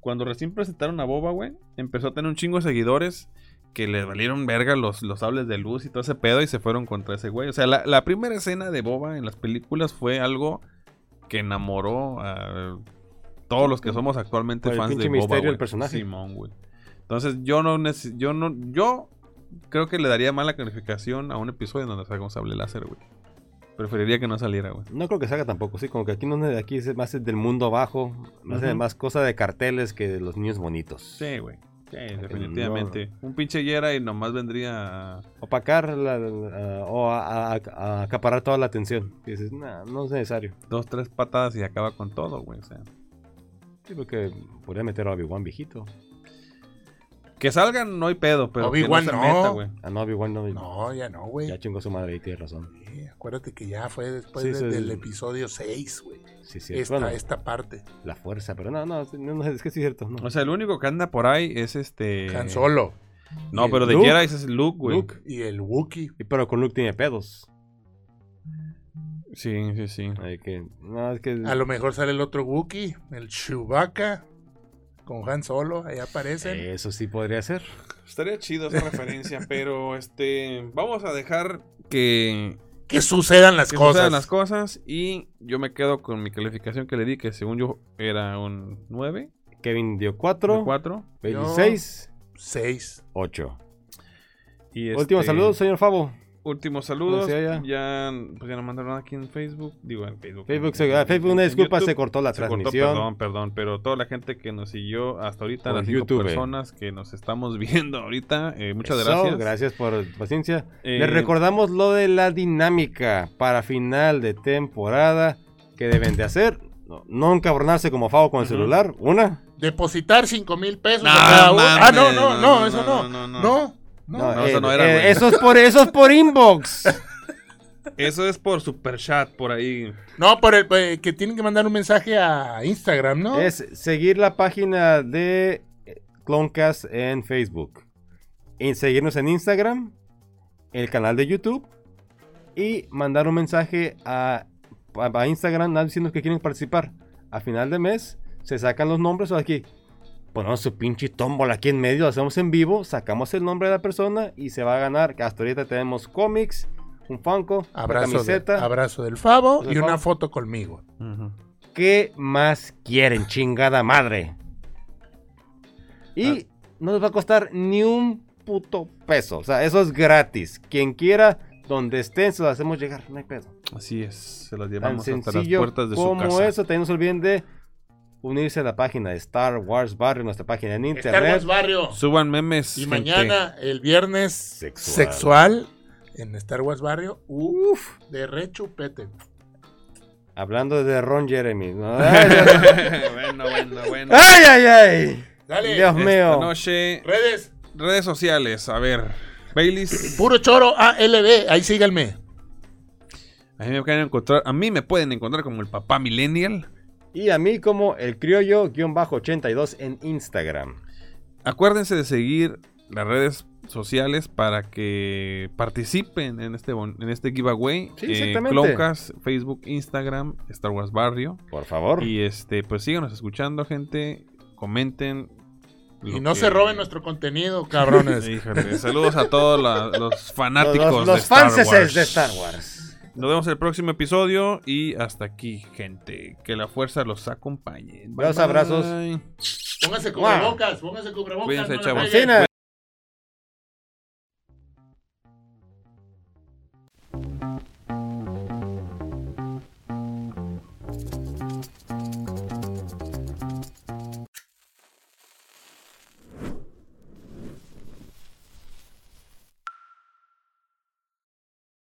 Cuando recién presentaron a Boba, güey, empezó a tener un chingo de seguidores que le valieron verga los, los sables de luz y todo ese pedo y se fueron contra ese güey. O sea, la, la primera escena de Boba en las películas fue algo que enamoró a todos los que somos actualmente Por el fans de pinche Boba, misterio del güey. personaje. Simón, güey. Entonces, yo no neces- yo no yo creo que le daría mala calificación a un episodio donde salga un sable láser, güey. Preferiría que no saliera, güey. No creo que salga tampoco, sí, como que aquí no es de aquí, es más del mundo abajo, más, Ujú. más cosa de carteles que de los niños bonitos. Sí, güey. Sí, definitivamente. Un pinche Yera y nomás vendría a- Opacar la- la- o a- a- a- a acaparar toda la atención. Y dices, nah, no es necesario. dos, tres patadas y acaba con todo, güey. O sea, Sí, porque podría meter a Obi-Wan viejito. que salgan no hay pedo, pero que Obi-Wan se no. meta, güey. Ah, no, Obi-Wan no. No, ya no, güey. Ya chingó su madre y tiene razón. Sí, Acuérdate que ya fue después Sí, de- sí, sí. del episodio 6, güey. Sí, sí, Esta, bueno, esta parte. la fuerza, pero no, no, no, no, es que sí es cierto. No. O sea, el único que anda por ahí es este Han Solo No, pero de Luke. Jedi es Luke, güey. Luke. y el Wookiee. Y pero con Luke tiene pedos. Sí, sí, sí. Ay, que, no, es que A lo mejor sale el otro Wookiee, el Chewbacca, con Han Solo, ahí aparecen. eso sí podría ser. Estaría chido esa referencia, *laughs* pero este. Vamos a dejar que, Que sucedan las que cosas. sucedan las cosas. Y yo me quedo con mi calificación que le di, que según yo era un 9, Kevin dio un 4, 4. 26, Seis. 8. Y Último este, saludo, señor Favo. últimos saludos. Sí, ya. ya. pues ya no mandaron aquí en Facebook. Digo, en Facebook. Facebook, en- se- ah, en- Facebook, una en disculpa, YouTube. se cortó la Se cortó, transmisión. perdón, perdón, pero toda la gente que nos siguió hasta ahorita, Por las cinco YouTube, eh. personas que nos estamos *laughs* viendo ahorita, eh, muchas Eso, gracias. Gracias por tu paciencia. Eh, Les recordamos lo de la dinámica para final de temporada que deben de hacer. No, no encabronarse como Favo con el Ujú. celular. Una. Depositar 5 mil pesos. No, a cada uno. mames, ah, no, no, no, no, no, eso no, no. no, No, no. no. no, eso no era, güey. eh, eso, es por, eso es por *laughs* inbox. Eso es por super chat por ahí. No, por el eh, que tienen que mandar un mensaje a Instagram, ¿no? Es seguir la página de Cloncast en Facebook. Y seguirnos en Instagram, el canal de YouTube. Y mandar un mensaje a, a- a Instagram nada, diciendo que quieren participar. A final de mes se sacan los nombres o aquí. Ponemos su pinche tómbola aquí en medio, lo hacemos en vivo, sacamos el nombre de la persona y se va a ganar. que Hasta ahorita tenemos cómics, un Funko, una abrazo, de- camiseta. abrazo del Favo Del y una Favo. foto conmigo. ¿Qué más quieren, chingada madre? Y Ah. no les va a costar ni un puto peso. O sea, eso es gratis. Quien quiera, donde estén, se lo hacemos llegar. No hay pedo. Así es, se las Tan llevamos hasta las sencillo puertas de su como casa. eso. También no se olviden de unirse a la página de Star Wars Barrio, nuestra página en Star Wars internet. Barrio. Suban memes. Y gente. mañana, el viernes Sexual. sexual, en Star Wars Barrio. Uf, de rechupete. Hablando de *laughs* Ron Jeremy. ¿no? ¡Ay, *laughs* bueno, bueno, bueno. ay, ay! Dale. Ah, Dios Esta mío. noche, Redes. redes sociales. A ver, Baileys. Puro Choro ALB. Ahí síganme. A mí me pueden encontrar, a mí me pueden encontrar como el papá millennial. Y a mí como el criollo-82 en Instagram. Acuérdense de seguir las redes sociales para que participen en este bon- en este giveaway. Sí, exactamente. Cloncast, Facebook, Instagram, Star Wars Barrio. Por favor. Y este, pues síganos escuchando, gente. Comenten. lo Y no que- se roben nuestro contenido, *laughs* cabrones. Híjole, saludos a todos la- los fanáticos los, de los Star fanses Wars. de Star Wars. Nos vemos en el próximo episodio y hasta aquí, gente. Que la fuerza los acompañe. Bye, Los abrazos. bye. Pónganse cubrebocas, pónganse cubrebocas. Cuídense, la chavos. peguen. Vacina.